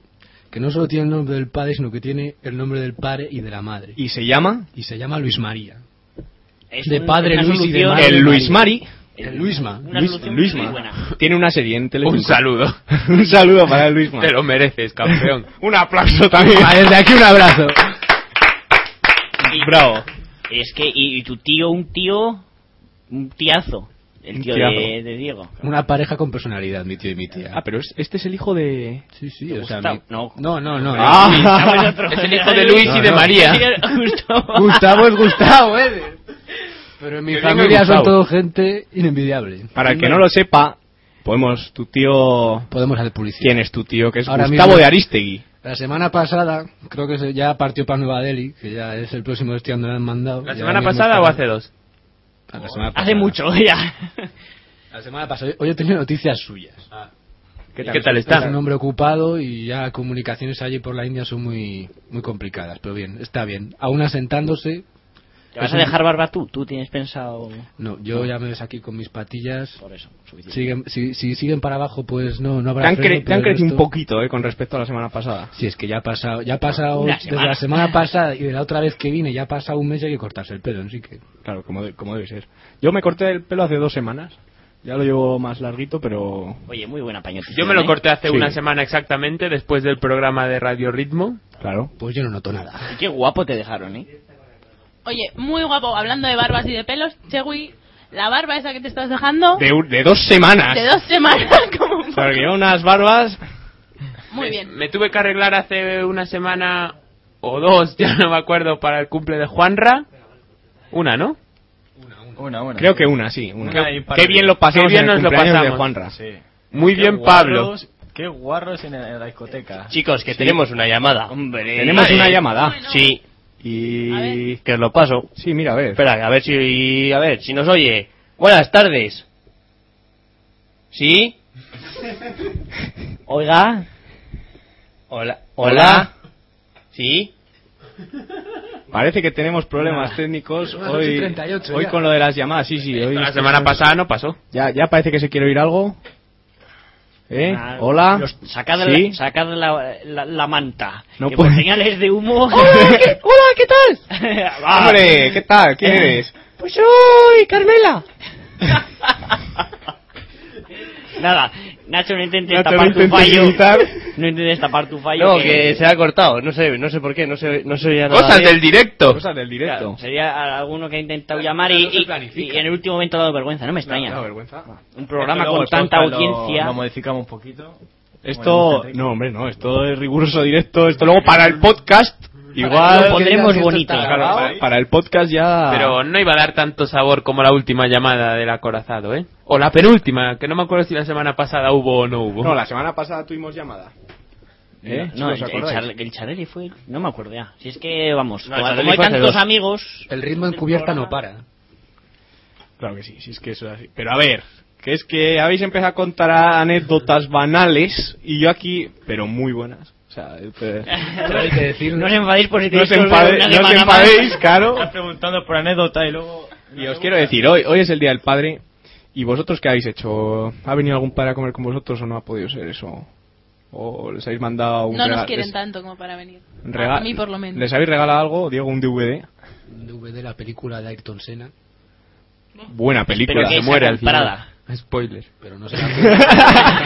que no solo tiene el nombre del padre, sino que tiene el nombre del padre y de la madre.
¿Y se llama?
Y se llama Luis María.
<laughs> Es
de
un-
padre
una
Luis y de
solución-
madre
El Luis Mari.
El Luisma.
Una
Luis-
solución
Luisma.
muy buena.
Tiene una serie en Telecinco.
Un <laughs> saludo.
Un saludo para Luis Mari.
Te lo mereces, campeón.
Un aplauso también.
Ah, Desde aquí un abrazo.
Y-
Bravo.
Es que, y, y tu tío, un tío, un tiazo. El
Un
tío
tiazo.
de, de Diego.
Una pareja con personalidad, mi tío y mi
Ah,
tía.
pero es- este es el hijo de...
Sí, sí, o sea,
Gustavo,
mi-
no.
No, no, no.
Ah.
Estamos
<laughs>
en
<laughs>
otro-
Es el hijo de Luis y de
No, no.
María.
Gustavo.
<laughs> Gustavo es Gustavo, ¿eh? Pero en mi
Que diga
familia son
Gustavo.
todo gente inenvidiable.
Para el que no lo sepa, podemos... Tu tío...
Podemos hacer publicidad.
¿Quién es tu tío? Que es
Ahora
Gustavo
mismo-
de Aristegui.
La semana pasada, creo que se- ya partió para Nueva Delhi, que ya es el próximo destino donde le han mandado.
¿La
Ya
semana
mismo
pasada o
está-
hace dos?
Ah, La semana
Hace
pasada.
<laughs>
mucho, ya.
La semana pasada. Hoy he tenido noticias suyas.
Ah,
¿Y ¿Qué tal
Es
está?
un hombre ocupado y ya comunicaciones allí por la India son muy, muy complicadas, pero bien, está bien. Aún asentándose,
¿Te vas
Es
a
un-
dejar barba tú? ¿Tú tienes pensado...?
no, yo ya me ves aquí con mis patillas.
Por eso, suficiente.
Siguen, si, si siguen para abajo, pues no, no
Te
habrá
han,
freno,
cre- te
pero
han
el
crecido un
resto-
poquito, eh, con respecto a la semana pasada.
Si es que ya ha pasado, ya ha pasado
Una
desde
semana.
la semana pasada y de la otra vez que vine, ya ha pasado un mes y hay que cortarse el pelo, así que.
Claro, como, de- como debe ser. Yo me corté el pelo hace dos semanas. Ya lo llevo más larguito, pero...
Oye, muy buena pañotización,
Yo me lo
¿eh?
corté hace
Sí.
una semana exactamente, después del programa de Radio Ritmo.
Claro.
Pues yo no noto nada.
Y Qué guapo te dejaron, ¿eh?
<laughs> Oye, muy guapo. Hablando de barbas y de pelos, Chewi, la barba esa que te estás dejando
De, un- de dos semanas.
de dos semanas como un poco.
Porque unas barbas...
Muy
Me-
bien.
Me tuve que arreglar hace una semana o dos, <laughs> ya no me acuerdo, para el cumple de Juanra. Una, ¿no?
Una, una.
Creo que una, sí. Una.
Una y
Qué,
par
qué
de-
bien lo pasamos
Qué bien
en el
nos lo
cumpleaños de
pasamos.
Juanra.
Sí. Muy bien, Pablo.
Qué guarros en la en la discoteca.
Chicos, que
Sí.
tenemos una llamada.
Tenemos una llamada.
Sí.
Y
que os lo paso.
Sí, mira, a ver.
Espera, a ver si a ver si nos oye. Buenas tardes. ¿Sí?
Oiga,
Hola. Hola. ¿Sí?
Parece que tenemos problemas técnicos
Son las
hoy,
8:38
hoy
ya.
con lo de las llamadas. Sí, sí. Hoy
La semana pasada no pasó.
Ya, ya parece que se quiere oír algo. ¿Eh? Hola.
Los- sacad,
Sí.
la, sacad la, la- la manta.
No
que por
puede-
señales de Ah, humo. <laughs>
Hola, ¿qué tal?
Va.
<laughs>
Ah.
Hombre, ¿qué tal? ¿Quién
Eh,
eres?
Pues soy Carmela.
Nada, Nacho, no intentes
Nacho, no
tapar tu
intentes
fallo.
imitar.
No intentes tapar tu fallo.
No, que se ha cortado, no sé, no sé por qué, no sé, no se oía nada.
Cosas
bien.
del directo.
Cosas del
<laughs>
Claro, sería a- alguno que ha intentado llamar y, y- y en el último momento ha dado vergüenza. No me extraña. Un programa
Esto luego
con
el
tanta
podcast lo-
audiencia.
Lo modificamos un
<laughs>
poquito.
Esto,
Bueno,
no, hombre, no, esto es riguroso directo. Esto luego para el podcast, igual.
lo pondremos Esto bonito. está
Claro,
grabado.
para, para el podcast
Ah.
ya.
Pero no iba a dar tanto sabor como la última llamada del acorazado, ¿eh? O la penúltima, que no me acuerdo si la semana pasada hubo o no hubo.
No, la semana pasada tuvimos llamada. ¿Eh?
No,
¿Sí os
el, el,
acordáis?
Char- el Charelli fue. No me acuerdo ya. Si es que, vamos,
No, el
como,
Charelli
como hay
fue hace
tantos
dos. <laughs>
amigos. <laughs>
El ritmo encubierta no para.
Claro que sí, sí es que eso es así. Pero a ver, que es que habéis empezado a contar anécdotas banales y yo aquí, pero muy buenas. O sea, eh, pues-
<laughs> No os enfadéis por si
No os
tenéis que volver
enfade-
una
no os
semana más.
enfadéis, claro.
Estás preguntando por anécdota y luego.
Y os quiero decir, hoy, hoy es el Día del Padre y vosotros qué habéis hecho? ¿Ha venido algún padre a comer con vosotros o no ha podido ser eso? ¿O les habéis mandado un
No
rega-
nos quieren
les-
tanto como para venir.
rega-
A mí por lo menos.
¿Les habéis regalado algo, Diego, un DVD?
Un DVD, la película de Ayrton Senna.
Buena película,
Espero que
se muere
saca
al final.
Parada. Spoiler. Pero no se la,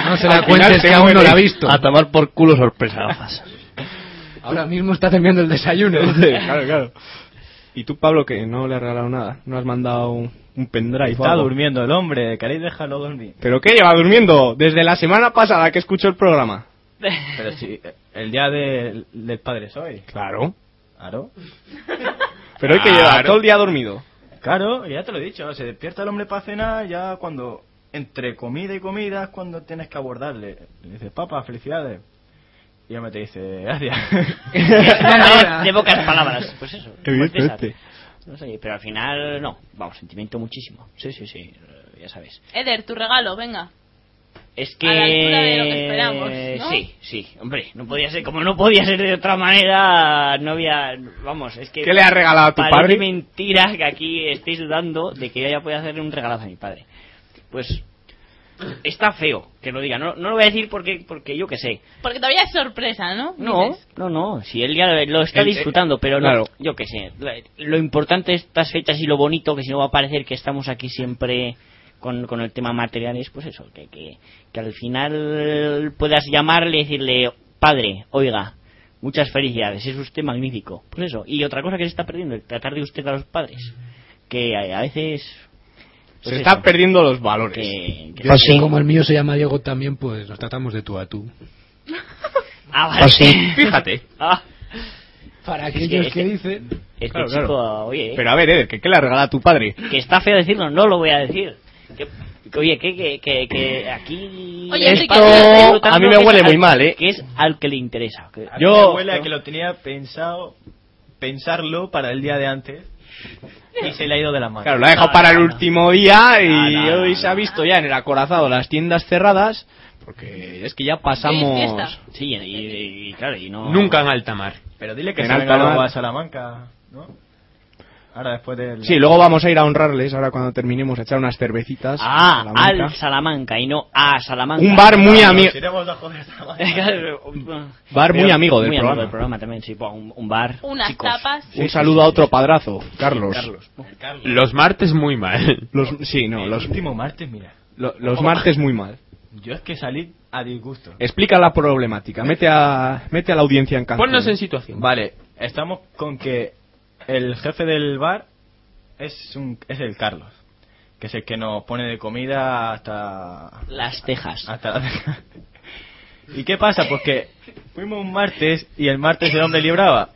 no se la
Al final
cuentes <laughs>
se
que aún no
muere.
la ha visto.
"Ah,
A tomar por culo sorpresa gafas.
Ahora mismo está terminando el
<laughs>
desayuno.
claro, claro. ¿Y tú, Pablo, que no le has regalado nada? ¿No has mandado un, un pendrive? o
Está
algo?
durmiendo el hombre, queréis dejarlo
<laughs>
dormir.
¿Pero qué? Lleva durmiendo desde la semana pasada que escucho el programa.
Pero sí, el día del- del padre es hoy.
Claro.
Claro.
Pero hoy que
Claro.
lleva todo el día dormido.
Claro, ya te lo he dicho, se despierta el hombre para cenar ya cuando, entre comida y comida, es cuando tienes que abordarle. Le dices, papá, felicidades. Y el hombre te dice, gracias.
de, de pocas palabras. Pues eso.
Evidentemente.
cortesas. No sé, pero al final no. Vamos, sentimiento muchísimo. Sí, sí, sí. eh, Ya sabes.
Eder, tu regalo, venga.
Es que...
A la altura de lo que esperamos, ¿no?
Sí, sí. Hombre, no podía ser. Como no podía ser de otra manera, no había... Vamos, es que...
¿Qué le has regalado a tu
parece
padre?
mentira que aquí estéis dudando de que yo ya pueda hacerle un regalazo a mi padre. Pues... Está feo que lo diga. No, no lo voy a decir porque, porque yo qué sé.
Porque todavía es sorpresa, ¿no?
No,
Dices,
no, no. Si él ya lo está
El- eh,
disfrutando, pero no,
claro.
yo qué sé. Lo importante de estas fechas y lo bonito, que si no va a parecer que estamos aquí siempre con, con el tema materiales, pues eso, que, que, que al final puedas llamarle y decirle, padre, oiga, muchas felicidades, es usted magnífico. Pues eso. Y otra cosa que se está perdiendo, el tratar de usted a los padres, que a, a veces... pues
se están perdiendo los valores.
Yo,
<laughs>
Como el mío se llama Diego también, pues nos tratamos de tú a tú.
<laughs>
Fíjate.
Para
Ah, Es que
aquellos
este-
que dicen...
Este
Claro,
chico,
claro.
oye... eh,
Pero a ver, Eder, ¿qué, qué le has regalado a tu padre?
que está feo decirlo, no lo voy a decir. Que, que, oye, que, que, que, que aquí...
Oye,
es
Enrique,
que-
Esto
a mí me
que es
huele
al-
muy mal, ¿eh?
Que es al que le interesa. que-
A mí me huele a que lo tenía pensado, pensarlo para el día de antes. Y se le ha ido de Ah, las manos.
Claro, lo ha dejado para el último día y hoy se ha visto ya en el acorazado las tiendas cerradas porque es que ya pasamos...
Sí, y, y- y claro, y no...
Nunca en alta mar.
Pero dile que
En
se venga
alta mar.
luego a Salamanca, ¿no? Ahora después del...
Sí, luego vamos a ir a honrarles ahora cuando terminemos a echar unas cervecitas.
Ah,
a Salamanca.
al Salamanca y no a Salamanca.
Un bar muy ami-
Nos iremos a joder Salamanca.
<laughs>
Bar muy amigo del
muy
programa.
del programa también, sí, pues, un, un bar.
Unas
chicos.
tapas.
Un saludo a otro padrazo, Carlos.
Los martes muy mal.
Los, sí, no, los,
El último martes, mira.
lo- los martes muy mal.
Yo es que salí a disgusto.
Explica la problemática, mete a, mete a la audiencia en canción.
Ponnos en situación.
Vale, estamos con que el jefe del bar es, un, es el Carlos, que es el que nos pone de comida hasta...
Las Tejas.
hasta ¿Y qué pasa? Pues que fuimos un martes y el martes el hombre libraba.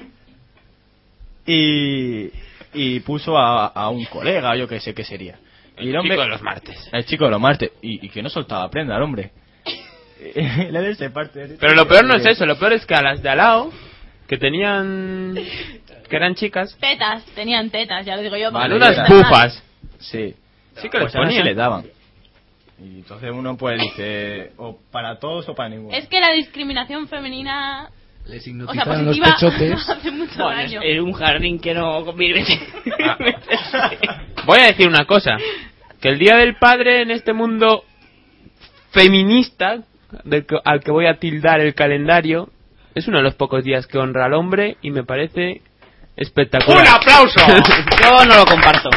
y, y puso a, a un colega, yo que sé qué sería. Y
El chico de los martes.
El chico de los martes. Y, y que no soltaba prenda
<laughs>
al hombre. <laughs> Le des de parte.
Pero lo peor no es eso, lo peor es que a las de al lado, que tenían. que eran chicas,
Tetas, tenían tetas, ya lo digo yo. porque
vale,
no
unas
está mal.
bufas.
Sí.
Sí que
Pues
les
ahora sí
ponían.
le daban. Y entonces uno pues dice, o para todos o para ninguno.
Es que la discriminación femenina.
Les
pues
O sea,
hipnotizaron los
positiva. <laughs>
pechotes.
hace mucho
Bueno,
daño.
es un jardín que no convive.
Voy a decir una cosa: que el día del padre en este mundo feminista, del que- al que voy a tildar el calendario, es uno de los pocos días que honra al hombre y me parece espectacular.
¡Un
<laughs>
<laughs>
aplauso!
Yo no lo comparto.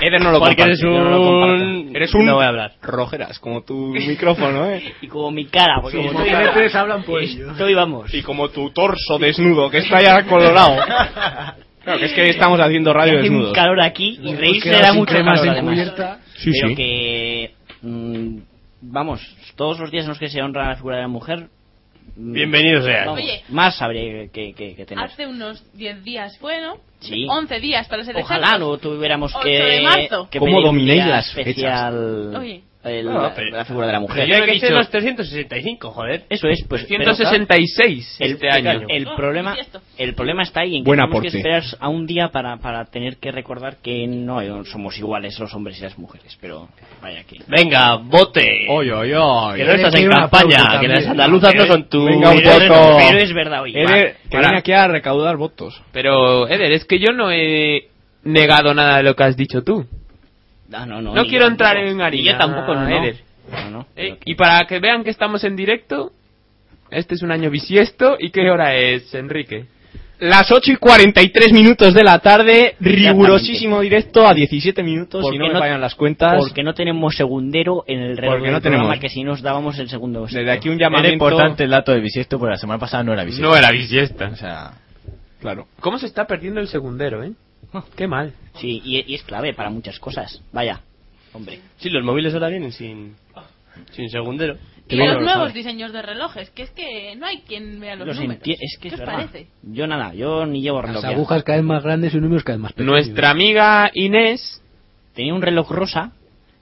Eder no lo
Porque eres
comparte, yo no lo
un...
comparto.
Eres un...
No voy a hablar.
Rojeras, como tu micrófono, ¿eh?
<laughs> y como mi cara, porque
Como
estoy,
caretes
hablan por
estoy, vamos.
Y como tu torso desnudo, que está ya colorado.
<laughs>
Claro, que es que estamos haciendo radio
Hace
desnudos.
un calor aquí y reírse
queda
da
sin
mucho
cremas
calor
encubierta.
además.
Sí,
Pero
sí.
que... mm, vamos, todos los días en los que se honra la figura de la mujer... mm,
Bienvenido sea.
vamos,
Oye. Ah,
Más habría que, que- que tener.
Hace unos 10 días fue, ¿no?
Sí.
11 días para ser
Ojalá
exactos.
no tuviéramos
Ocho
que...
de marzo.
que
¿Cómo
pedir un
dominéis
día
las fechas?
especial...
Oye.
el-
No,
la,
pero-
la figura de la mujer.
Yo he que ser los 365, joder.
Eso es, pues... pero, claro,
166
el,
este año.
El
Ah,
Oh,
problema,
bisiesto.
el problema está ahí en que
Buen
tenemos que
aporte.
esperar a un día para, para tener que recordar que no somos iguales los hombres y las mujeres, pero vaya que...
Venga, vote.
Oy, oy, oy.
Que no estás en
Quiero una
campaña,
pauta
que las
también.
andaluzas no son tu...
Ah, eh, Venga, un
Pero-
voto.
Pero es verdad, oye. va.
Eder, que
Para.
viene aquí a recaudar votos.
Pero, Eder, es que yo no he negado nada de lo que has dicho tú.
Ah, no, no,
No
ni
quiero
yo
entrar
tampoco.
en
Ni
harina,
Yo tampoco, no.
Eder.
No, no,
Eh,
pero que-
y para que vean que estamos en directo, este es un año bisiesto. ¿Y qué hora es, Enrique?
Las 8 y 43 minutos de la tarde, rigurosísimo directo a 17 minutos,
¿Por
si
qué
no me
no-
fallan las cuentas.
Porque no tenemos segundero en el reloj
Porque no
del programa,
tenemos.
que si nos dábamos el segundo.
Desde aquí un
Era
llamamiento...
importante el dato de bisiesto, porque la semana pasada no era bisiesto.
No era bisiesta.
O sea,
Claro.
¿Cómo se está perdiendo el segundero, eh?
Ah.
Qué mal.
Sí, y, y es clave para muchas cosas. Vaya, hombre.
Sí, los móviles ahora vienen sin... Sin segundero.
Y
Claro,
los
lo
nuevos
sabe.
diseños de relojes, que es que no hay quien vea los,
Los
números.
entie- es que
¿Qué
es
os
verdad.
parece?
Yo nada, yo ni llevo reloj.
Las
ya.
agujas cada vez más grandes y los números cada vez más pequeños.
Nuestra amiga Inés
Tenía un reloj rosa,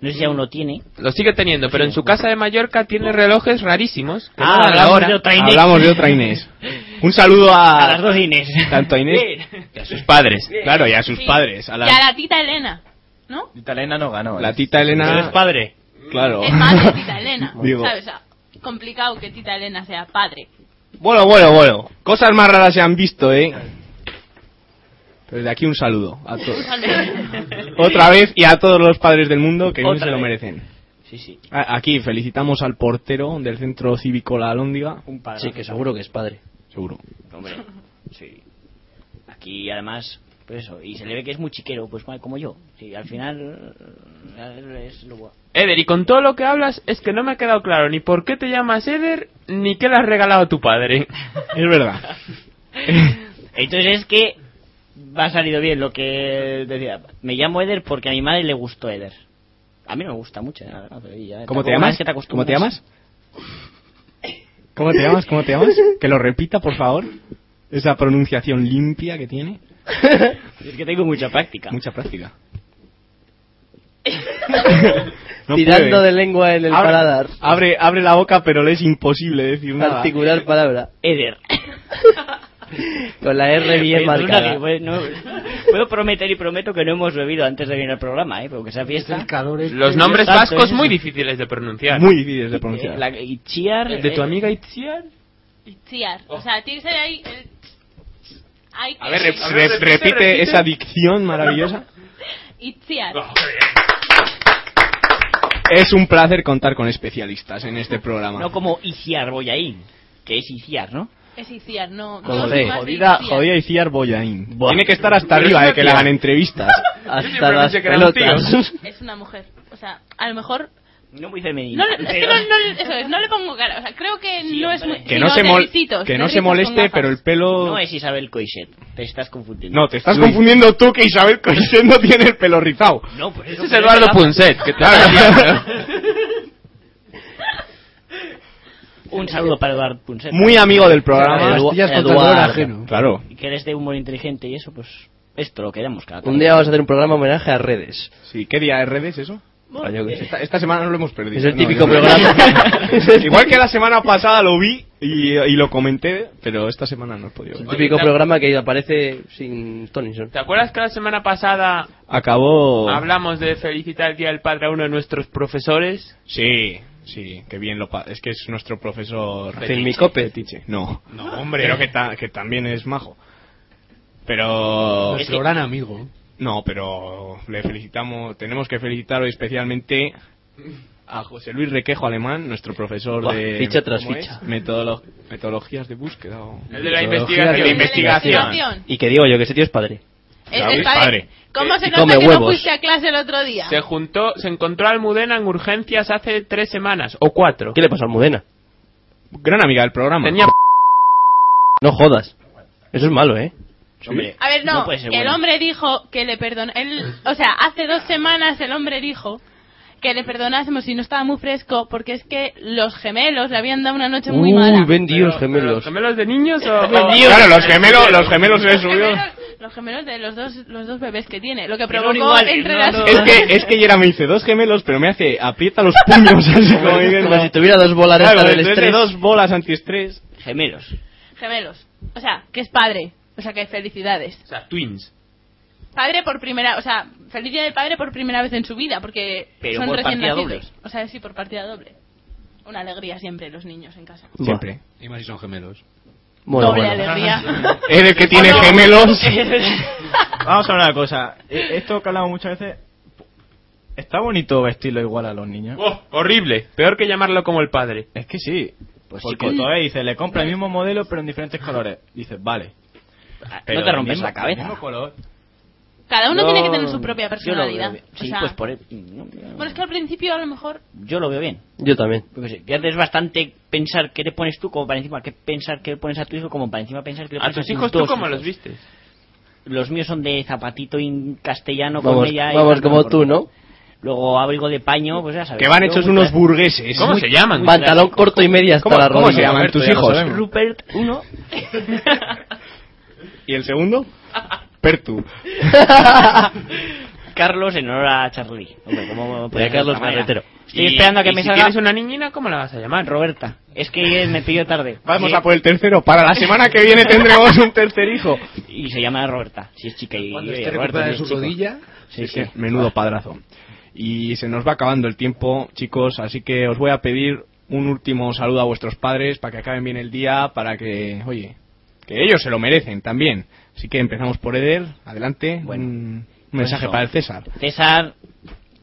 no sé si aún lo tiene.
lo sigue teniendo, pero en su casa de Mallorca tiene relojes rarísimos. que no dan
Ah,
la
hablamos
hora.
de otra Inés.
Hablamos de otra Inés.
<laughs>
Un saludo
A las
a...
dos Inés.
Tanto a Inés... a sus padres. Claro, y a sus
Sí.
padres. A la,
Y a la tita Elena, ¿no?
Italena no ganó. ¿eh?
la tita
Pero eres
Elena...
padre.
Claro.
Es
<laughs>
madre tita Elena.
<laughs> Digo.
¿Sabes? O sea, complicado que tita Elena sea padre.
Bueno, bueno, bueno. Cosas más raras se han visto, ¿eh? Pero desde aquí un saludo a todos. <laughs> Otra vez y a todos los padres del mundo que no
Otra
se lo
vez.
merecen.
Sí, sí.
A- Aquí felicitamos al portero del centro cívico La Alóndiga.
Un padre.
Sí, que seguro que es padre.
Seguro.
Hombre, sí. Aquí además, pues eso, y se le ve que es muy chiquero, pues mal como yo. Sí, al final eh, es lo bueno.
Eder, y con todo lo que hablas es que no me ha quedado claro ni por qué te llamas Eder ni qué le has regalado a tu padre.
Es verdad.
Entonces es que va ha salido bien lo que decía. Me llamo Eder porque a mi madre le gustó Eder. A mí no me gusta mucho, la verdad, pero ya-
¿Cómo te
tampoco
llamas?
es que te
¿Cómo
acostumbres.
te llamas? ¿Cómo te llamas? ¿Cómo te llamas? Que lo repita, por favor. Esa pronunciación limpia que tiene.
<laughs> Es que tengo mucha práctica.
<laughs>
Mucha práctica. No
Tirando
puede.
de lengua en el
abre,
paladar.
Abre, abre la boca, pero le es imposible decir nada.
Particular palabra.
Eder.
Con la R bien
Perdona, que,
marcada.
pues, no- puedo prometer y prometo que no hemos bebido antes de venir al programa, ¿eh? Porque esa
Es el
fiesta...
calor este.
Los nombres
Exacto,
vascos
eso.
muy difíciles de pronunciar.
Muy difíciles de
eh,
pronunciar.
la- y chiar...
¿El de tu
eh,
amiga Itziar?
Itziar. O sea, tiene que ser ahí... el- Hay que...
A ver, rep-
A ver,
rep-
repite,
repite,
repite.
esa Oh, dicción maravillosa.
Itziar.
Es un placer contar con especialistas en este programa.
No como Iciar Boyaín, que es Iciar, ¿no?
Es Itziar, no... no
Como
soy
de-
más de
Jodida,
Itziar. <laughs>
jodida Iciar Boyain.
Buah.
Tiene que estar hasta
Pero
arriba
es
de
una
que le
tía. <laughs>
hagan entrevistas.
Hasta
siempre
las
pensé que era un
pelotas.
<laughs> Es una mujer. O sea, a lo mejor...
No muy femenino.
No, le- es que
pero-
no, no le- eso es, no le pongo cara. O sea, creo que
Sí,
no
hombre.
es muy...
Que
si
no, se,
de
mol-
risitos,
que
de
no se
risas con
moleste,
gafas.
pero el pelo...
No es Isabel Coixet, te estás confundiendo.
No, te estás confundiendo tú que Isabel Coixet no tiene el pelo rizado.
No, por
Este
eso...
Ese es Eduardo
<laughs>
Punset, que te habla.
Claro.
Un Un saludo para Eduard Punset.
Muy amigo del programa.
Edu-
Hostias contra
Eduard.
dolor ajeno. Claro.
Y que eres de humor inteligente y eso, pues esto lo queremos cada
Un día vamos a hacer un programa homenaje a redes.
Sí, ¿qué día es redes eso?
Ah, yo qué sé.
Esta, esta semana no lo hemos perdido.
Es el
No,
típico
yo- <laughs>
programa.
Igual que la semana pasada lo vi y, y lo comenté, pero esta semana no he podido. ver.
El típico programa que aparece sin Tonison.
¿Te acuerdas que la semana pasada
Acabó.
hablamos de felicitar el Día del Padre a uno de nuestros profesores?
Sí, sí, qué bien lo pa- Es que es nuestro profesor.
Filmicope.
Fetiche. No.
No,
hombre. Pero que, ta- que también es majo. Pero.
Nuestro gran amigo.
No, pero le felicitamos. Tenemos que felicitar hoy especialmente a José Luis Requejo Alemán, nuestro profesor
Buah,
de.
ficha tras
¿cómo
ficha.
es? Metodolo- metodologías de búsqueda. o-
El de la investigación.
El de investigación.
investigación.
Y que digo yo, que ese tío es padre.
Es-
Claro,
es
es
padre.
padre.
¿Cómo se
Y
nota
come
que no
huevos.
fuiste a clase el otro día?
Se juntó, se encontró a Almudena en urgencias hace tres semanas o cuatro.
¿Qué le pasó a Almudena?
Gran amiga del programa.
Tenía
No jodas. Eso es malo, ¿eh?
Hombre,
A ver, no,
puede ser
que el
bueno.
hombre dijo que le perdonó. Él, o sea, hace dos semanas el hombre dijo que le perdonásemos si no estaba muy fresco porque es que los gemelos le habían dado una noche muy
Uh,
Uy,
mala.
ven Dios, gemelos.
¿Gemelos de niños o.?
Oh, Claro, los gemelos, los gemelos se
Los
subió.
gemelos, los gemelos de los dos, los dos bebés que tiene, lo que
Que no
provocó
era igual,
el
no,
retraso.
Es que, es que Yera me dice dos gemelos, pero me hace aprieta los puños así como diciendo-
Como si tuviera dos bolas de
Claro,
estas del
desde
estrés.
dos bolas antiestrés.
Gemelos.
<laughs> Gemelos. O sea, que es padre. O sea, que felicidades.
O sea, twins.
Padre por primera, o sea, feliz día del padre por primera vez en su vida, porque
Pero
son
por
recién
partida
nacidos.
doble.
O sea, sí, por partida doble. Una alegría siempre los niños en casa.
Siempre.
Y más si son gemelos.
Bueno,
doble
bueno.
<laughs>
alegría.
<laughs>
Eres que tiene
<laughs>
Bueno.
gemelos.
Vamos a hablar una cosa. E- Esto que hablamos muchas veces. Está bonito vestirlo igual a los niños.
Oh, horrible. Peor que llamarlo como el padre.
Es que sí.
Pues sí
porque
que-
todavía dice, le compra el mismo modelo pero en diferentes colores. Dices, vale. Pero
Ah, no te
el
rompes
mismo-
la cabeza.
el mismo color.
Cada uno
No,
tiene que tener su propia
yo lo
personalidad.
veo bien.
O
Sí,
sea,
pues por no, no,
Bueno, es que al principio a lo mejor.
Yo lo veo bien.
Yo también.
Yo qué sé, pierdes bastante pensar qué le pones tú como para encima que pensar que le pones a tu hijo como para encima pensar que le
¿A
pones a,
tus hijos tú
dos
cómo
hijos.
los viste?
Los míos son de zapatito en castellano con
Vamos,
ella y
vamos
blanco
como
con-
tú, ¿no?
Luego abrigo de paño, pues ya sabes.
Que van
Yo
hechos
muy
unos
tra-
burgueses.
¿Cómo se llaman?
Van-
Pantalón
clásico.
corto y media hasta
¿Cómo-
la
cómo
rodilla.
se llaman tus
ya lo
hijos?
sabemos.
Rupert uno.
¿Y el segundo? Pertu.
Carlos en honor a Charlie. Hombre, ¿cómo puede
a
ser
Ah,
Carlos
de otra manera?
Carretero.
Estoy esperando a que
y
me
si
salga
tienes una niñina, ¿cómo la vas a llamar?
Roberta. Es que me pidió tarde.
Vamos
Sí.
a por el tercero. Para la semana que viene
<laughs>
tendremos un tercer hijo.
Y se llama Roberta. Si es chica y
Cuando
y
esté
Roberta,
recuperada de
si
su
es chico.
rodilla,
Sí,
Es
sí.
que Menudo padrazo. Y se nos va acabando el tiempo, chicos, así que os voy a pedir un último saludo a vuestros padres para que acaben bien el día, para que, oye, que ellos se lo merecen también. Así que empezamos por Eder, adelante.
Bueno,
un un
pues
mensaje
eso.
para el César.
César,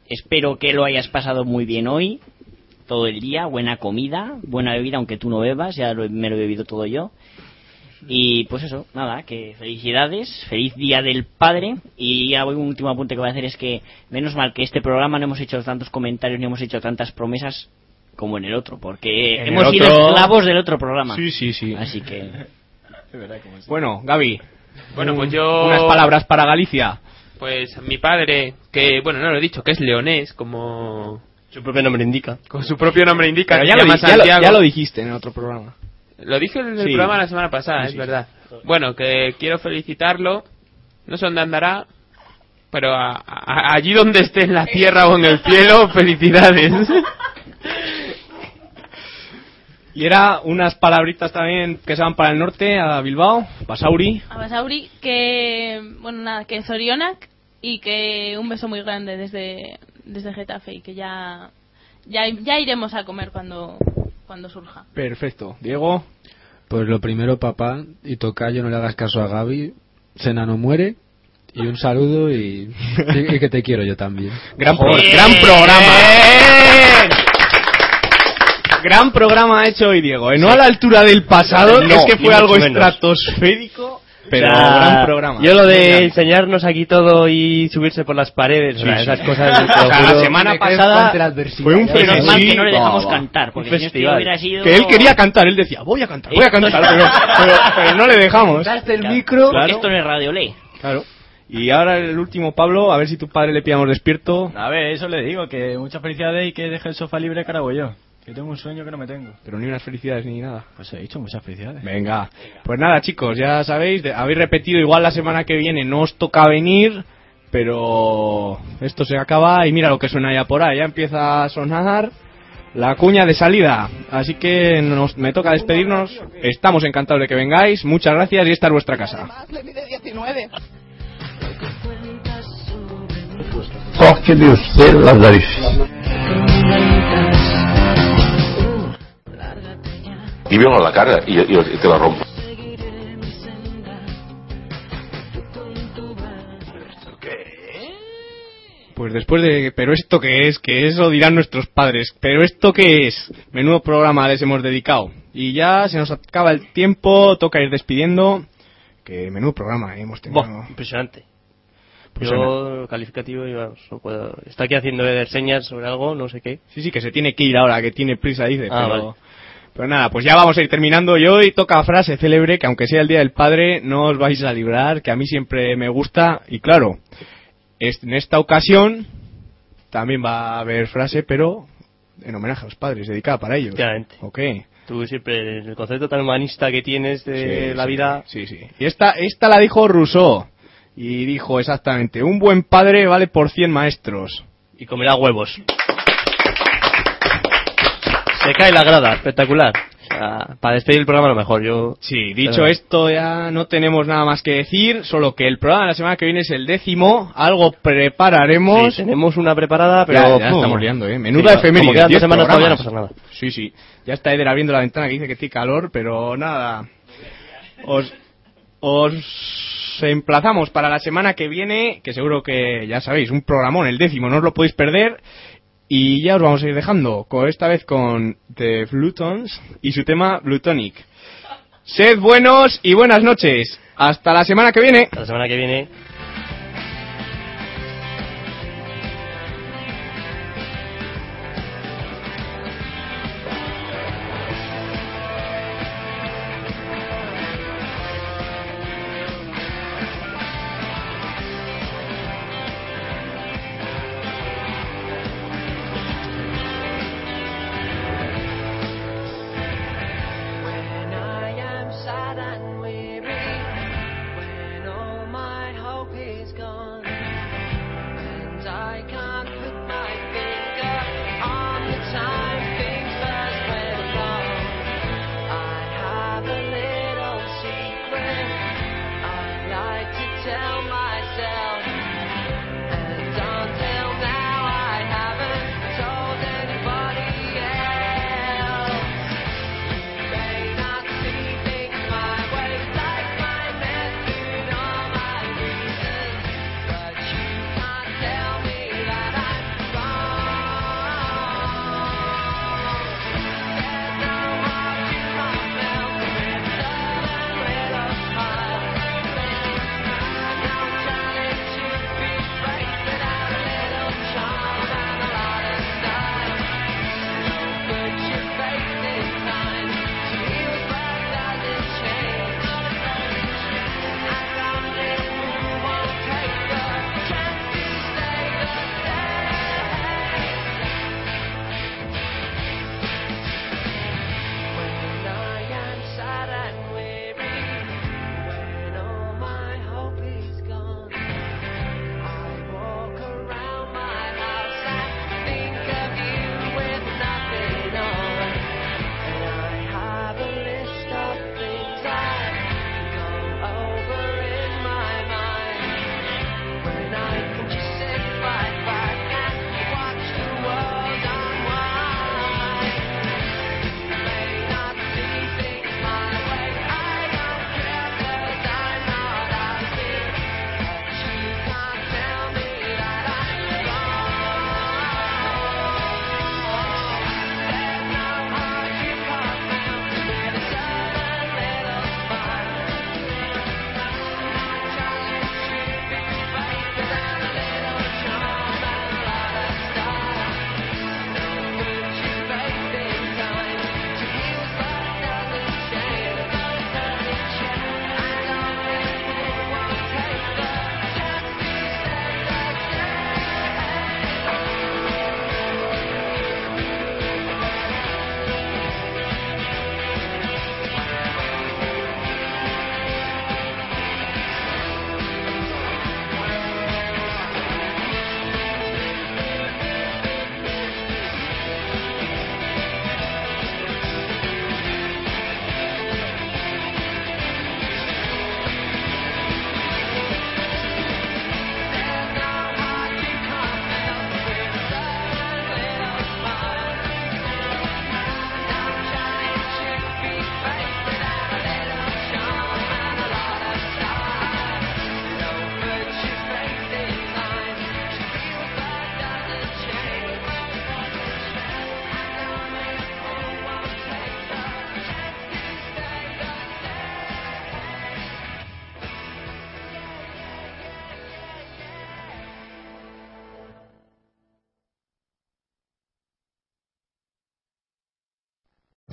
espero que lo hayas pasado muy bien hoy, todo el día, buena comida, buena bebida, aunque tú no bebas, ya lo he- me lo he bebido todo yo. Y pues eso, nada, que felicidades, feliz día del padre. Y ya voy, un último apunte que voy a hacer es que, menos mal que este programa no hemos hecho tantos comentarios ni hemos hecho tantas promesas como en el otro, porque
En el
hemos sido
otro-
esclavos del otro programa.
Sí, sí, sí.
Así que,
Bueno, Gaby.
Bueno,
un-
pues yo-
Mm, Unas palabras para Galicia.
Pues mi padre, que bueno, no lo he dicho, que es leonés, como,
Su propio nombre indica.
como su propio nombre indica.
Pero
se
ya, lo,
llama
di- ya lo-
Santiago.
ya lo dijiste en otro programa.
Lo dije en el
Sí.
programa la semana pasada, es verdad. Bueno, que quiero felicitarlo. No sé dónde andará, pero a- a- allí donde esté, en la tierra o en el cielo, felicidades.
Y era unas palabritas también que se van para el norte, a Bilbao, Pasauri.
A Basauri, que. Bueno, nada, que es Orionac y que un beso muy grande desde, desde Getafe y que ya, ya. Ya iremos a comer cuando, cuando surja.
Perfecto. Diego.
Pues lo primero, papá, y tocayo, no le hagas caso a Gaby. Cena no muere. Y un saludo y, <laughs> y- y que te quiero yo también.
Gran, pro- gran programa. Gran programa ha hecho hoy Diego. ¿eh? No a la altura del pasado,
No,
es que
ni
fue algo
mucho menos.
estratosférico, pero
O sea,
gran programa.
Yo lo de
Genial.
enseñarnos aquí todo y subirse por las paredes, o sea,
Sí, sí.
esas cosas. te lo
<laughs> O sea, la
juro.
semana
Me crezco ante la
pasada
adversidad.
fue un
Ya ves.
Menos mal que no le
frenesí.
dejamos
va, va.
cantar,
Un
porque si no, este
festival.
hubiera sido...
Que él quería cantar, él decía, voy a cantar, voy a cantar, pero, pero- pero no le dejamos.
el micro.
Porque
Claro.
Esto no es Radio Ley.
Claro. Y ahora el último, Pablo, a ver si tu padre le pillamos despierto.
A ver, eso le digo, que muchas felicidades y que deje el sofá libre que ahora voy yo. Que tengo un sueño que no me tengo.
Pero ni unas felicidades ni nada.
Pues he dicho muchas felicidades.
Venga. Pues nada, chicos, ya sabéis, de- habéis repetido igual la semana que viene, no os toca venir, pero esto se acaba y mira lo que suena ya por ahí, ya empieza a sonar la cuña de salida. Así que nos, me toca despedirnos. Estamos encantados de que vengáis, muchas gracias y esta es vuestra casa.
Más le mide 19.
Tóqueme usted las narices. Dímelo en la cara y, y- y te la rompo.
Pues después de, pero esto qué es, que eso dirán nuestros padres, pero esto qué es, menudo programa les hemos dedicado. Y ya se nos acaba el tiempo, toca ir despidiendo. Que menudo programa eh, hemos tenido.
Buah, impresionante.
Pues
Yo, calificativo, yo no puedo. Está aquí haciendo Eder señas sobre algo, no sé qué.
Sí, sí, que se tiene que ir ahora, que tiene prisa, dice.
Ah,
pero,
vale.
pero nada, pues ya vamos a ir terminando. Y hoy toca frase célebre, que aunque sea el Día del Padre, no os vais a librar, que a mí siempre me gusta. Y claro, es- en esta ocasión también va a haber frase, pero en homenaje a los padres, dedicada para ellos.
Efectivamente.
Ok.
Tú siempre, el concepto tan humanista que tienes de
Sí,
la
sí,
vida.
Sí, sí. Y esta, esta la dijo Rousseau. Y dijo exactamente, un buen padre vale por 100 maestros.
Y comerá huevos. Se cae la grada, espectacular. O sea, para despedir el programa, a lo mejor. Yo. Eh,
Sí, Dicho esto, ya no tenemos nada más que decir, solo que el programa de la semana que viene es el décimo, algo prepararemos.
tenemos una preparada, pero.
Ya, ya
pum.
estamos liando, ¿eh? Menuda
Sí,
efeméride.
Como quedan dos
10
semanas todavía, no
programas.
pasa nada.
Sí, sí. Ya está Eder abriendo la ventana que dice que tiene calor, pero nada. Os, os emplazamos para la semana que viene, que seguro que ya sabéis, un programón, el décimo, no os lo podéis perder. Y ya os vamos a ir dejando, co- esta vez con The Flutons y su tema Blutonic. Sed buenos y buenas noches. Hasta la semana que viene.
Hasta la semana que viene.
When I am sad and weary, when all my hope